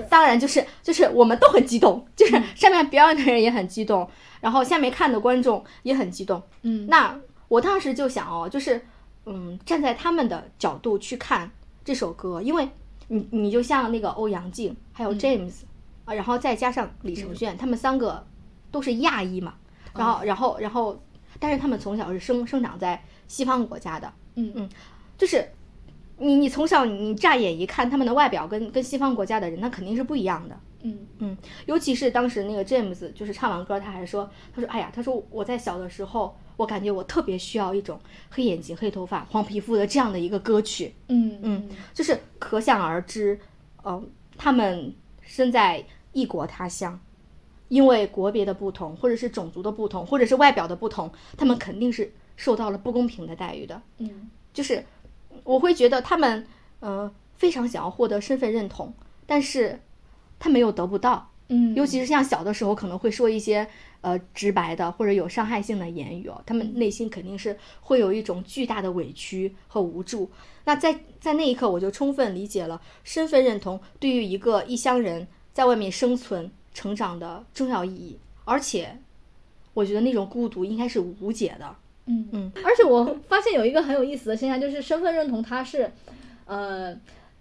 A: 当然就是就是我们都很激动，就是上面表演的人也很激动，然后下面看的观众也很激动。
B: 嗯
A: 那我当时就想哦，就是嗯，站在他们的角度去看这首歌，因为你你就像那个欧阳靖，还有 James，、啊，然后再加上李承铉，他们三个都是亚裔嘛，然后、然后然后，但是他们从小是生生长在西方国家的，
B: 嗯
A: 嗯，就是。你你从小你乍眼一看他们的外表跟跟西方国家的人那肯定是不一样的，
B: 嗯
A: 嗯，尤其是当时那个 James，就是唱完歌，他还说，他说，哎呀，他说我在小的时候，我感觉我特别需要一种黑眼睛、黑头发、黄皮肤的这样的一个歌曲，
B: 嗯
A: 嗯，就是可想而知，嗯、他们身在异国他乡，因为国别的不同，或者是种族的不同，或者是外表的不同，他们肯定是受到了不公平的待遇的。
B: 嗯
A: 就是我会觉得他们，呃，非常想要获得身份认同，但是他没有得不到。
B: 嗯，
A: 尤其是像小的时候，可能会说一些呃直白的或者有伤害性的言语哦，他们内心肯定是会有一种巨大的委屈和无助。那在在那一刻，我就充分理解了身份认同对于一个异乡人在外面生存成长的重要意义，而且我觉得那种孤独应该是无解的。
B: 嗯
A: 嗯，
B: 而且我发现有一个很有意思的现象，就是身份认同它是，呃，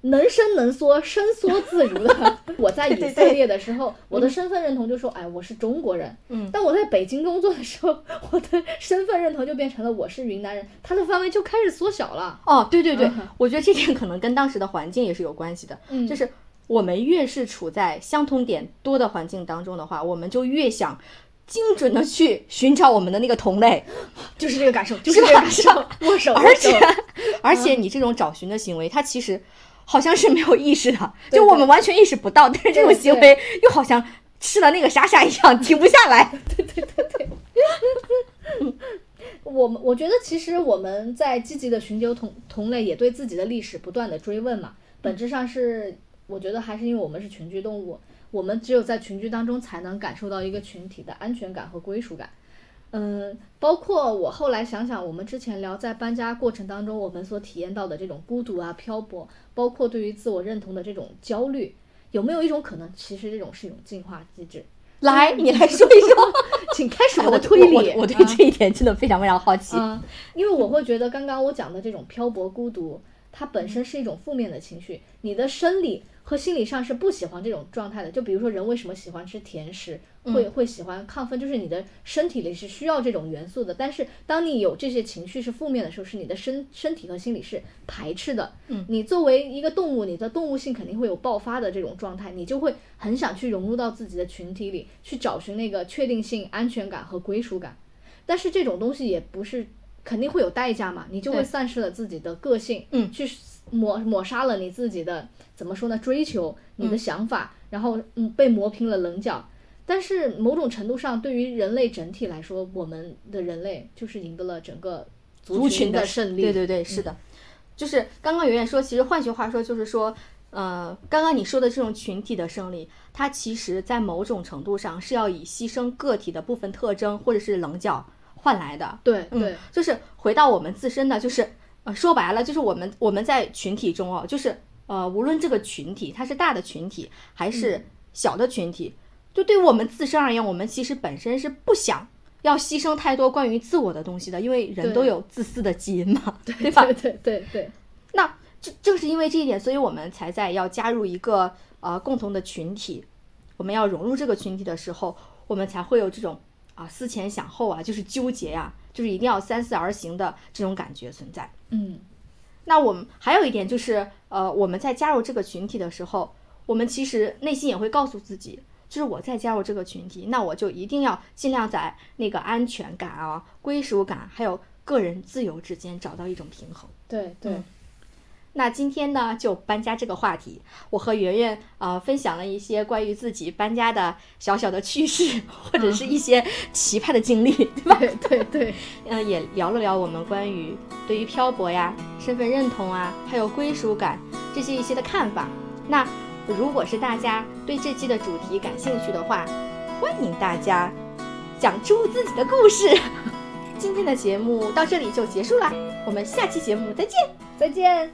B: 能伸能缩，伸缩自如 的。我在以色列的时候，我的身份认同就说，哎，我是中国人。
A: 嗯
B: 但我在北京工作的时候，我的身份认同就变成了我是云南人，它的范围就开始缩小了。
A: 哦，对对对，
B: 嗯哼
A: 我觉得这点可能跟当时的环境也是有关系的。
B: 嗯
A: 就是我们越是处在相同点多的环境当中的话，我们就越想精准的去寻找我们的那个同类，
B: 就是这个感受，就是是
A: 吧
B: 这个感受。 握手，
A: 而
B: 握手
A: 且 而且你这种找寻的行为，它其实好像是没有意识的，
B: 对
A: 就我们完全意识不到，但是这种
B: 对对
A: 行为又好像吃了那个啥啥一样，停不下 来。
B: 我们我觉得其实我们在积极的寻求同同类，也对自己的历史不断的追问嘛。本质上是，我觉得还是因为我们是群居动物，我们只有在群居当中才能感受到一个群体的安全感和归属感。嗯，包括我后来想想，我们之前聊在搬家过程当中，我们所体验到的这种孤独啊、漂泊，包括对于自我认同的这种焦虑，有没有一种可能，其实这种是一种进化机制？
A: 来， 你来说一说。
B: 请开始
A: 哎
B: 我的
A: 我
B: 推理。
A: 我我我对
B: 啊
A: 这一点真的非常非常好奇。
B: 嗯，因为我会觉得刚刚我讲的这种漂泊孤独，它本身是一种负面的情绪，你的生理和心理上是不喜欢这种状态的。就比如说人为什么喜欢吃甜食，会会喜欢亢奋，就是你的身体里是需要这种元素的。但是当你有这些情绪是负面的时候，是你的身身体和心理是排斥的。
A: 嗯
B: 你作为一个动物，你的动物性肯定会有爆发的这种状态，你就会很想去融入到自己的群体里，去找寻那个确定性、安全感和归属感。但是这种东西也不是肯定会有代价嘛，你就会
A: 对
B: 丧失了自己的个性，
A: 嗯
B: 去抹抹杀了你自己的怎么说呢？追求你的想法，然后嗯被磨平了棱角。但是某种程度上，对于人类整体来说，我们的人类就是赢得了整个
A: 族
B: 群
A: 群
B: 的胜利。嗯
A: 对对对，是的，就是刚刚圆圆说，其实换句话说就是说，呃，刚刚你说的这种群体的胜利，它其实在某种程度上是要以牺牲个体的部分特征或者是棱角换来的。
B: 对
A: 嗯
B: 对，
A: 就是回到我们自身的，就是呃，说白了，就是我们我们在群体中哦，就是呃，无论这个群体它是大的群体还是小的群体，就对于我们自身而言，我们其实本身是不想。要牺牲太多关于自我的东西的，因为人
B: 对
A: 都有自私的基因嘛， 对吧？
B: 对对对对，
A: 那正正是因为这一点，所以我们才在要加入一个呃共同的群体，我们要融入这个群体的时候，我们才会有这种啊、思前想后啊，就是纠结呀、就是一定要三思而行的这种感觉存在。
B: 嗯
A: 那我们还有一点就是，呃，我们在加入这个群体的时候，我们其实内心也会告诉自己，就是我在加入这个群体，那我就一定要尽量在那个安全感啊、归属感还有个人自由之间找到一种平衡。
B: 对对。
A: 嗯 那今天呢，就搬家这个话题，我和圆圆呃分享了一些关于自己搬家的小小的趣事， 或者是一些奇葩的经历， 对吧？
B: 对对对，
A: 嗯、也聊了聊我们关于对于漂泊呀、身份认同啊，还有归属感这些一些的看法。那如果是大家对这期的主题感兴趣的话，欢迎大家讲出自己的故事。 今天的节目到这里就结束啦，我们下期节目再见。
B: 再见。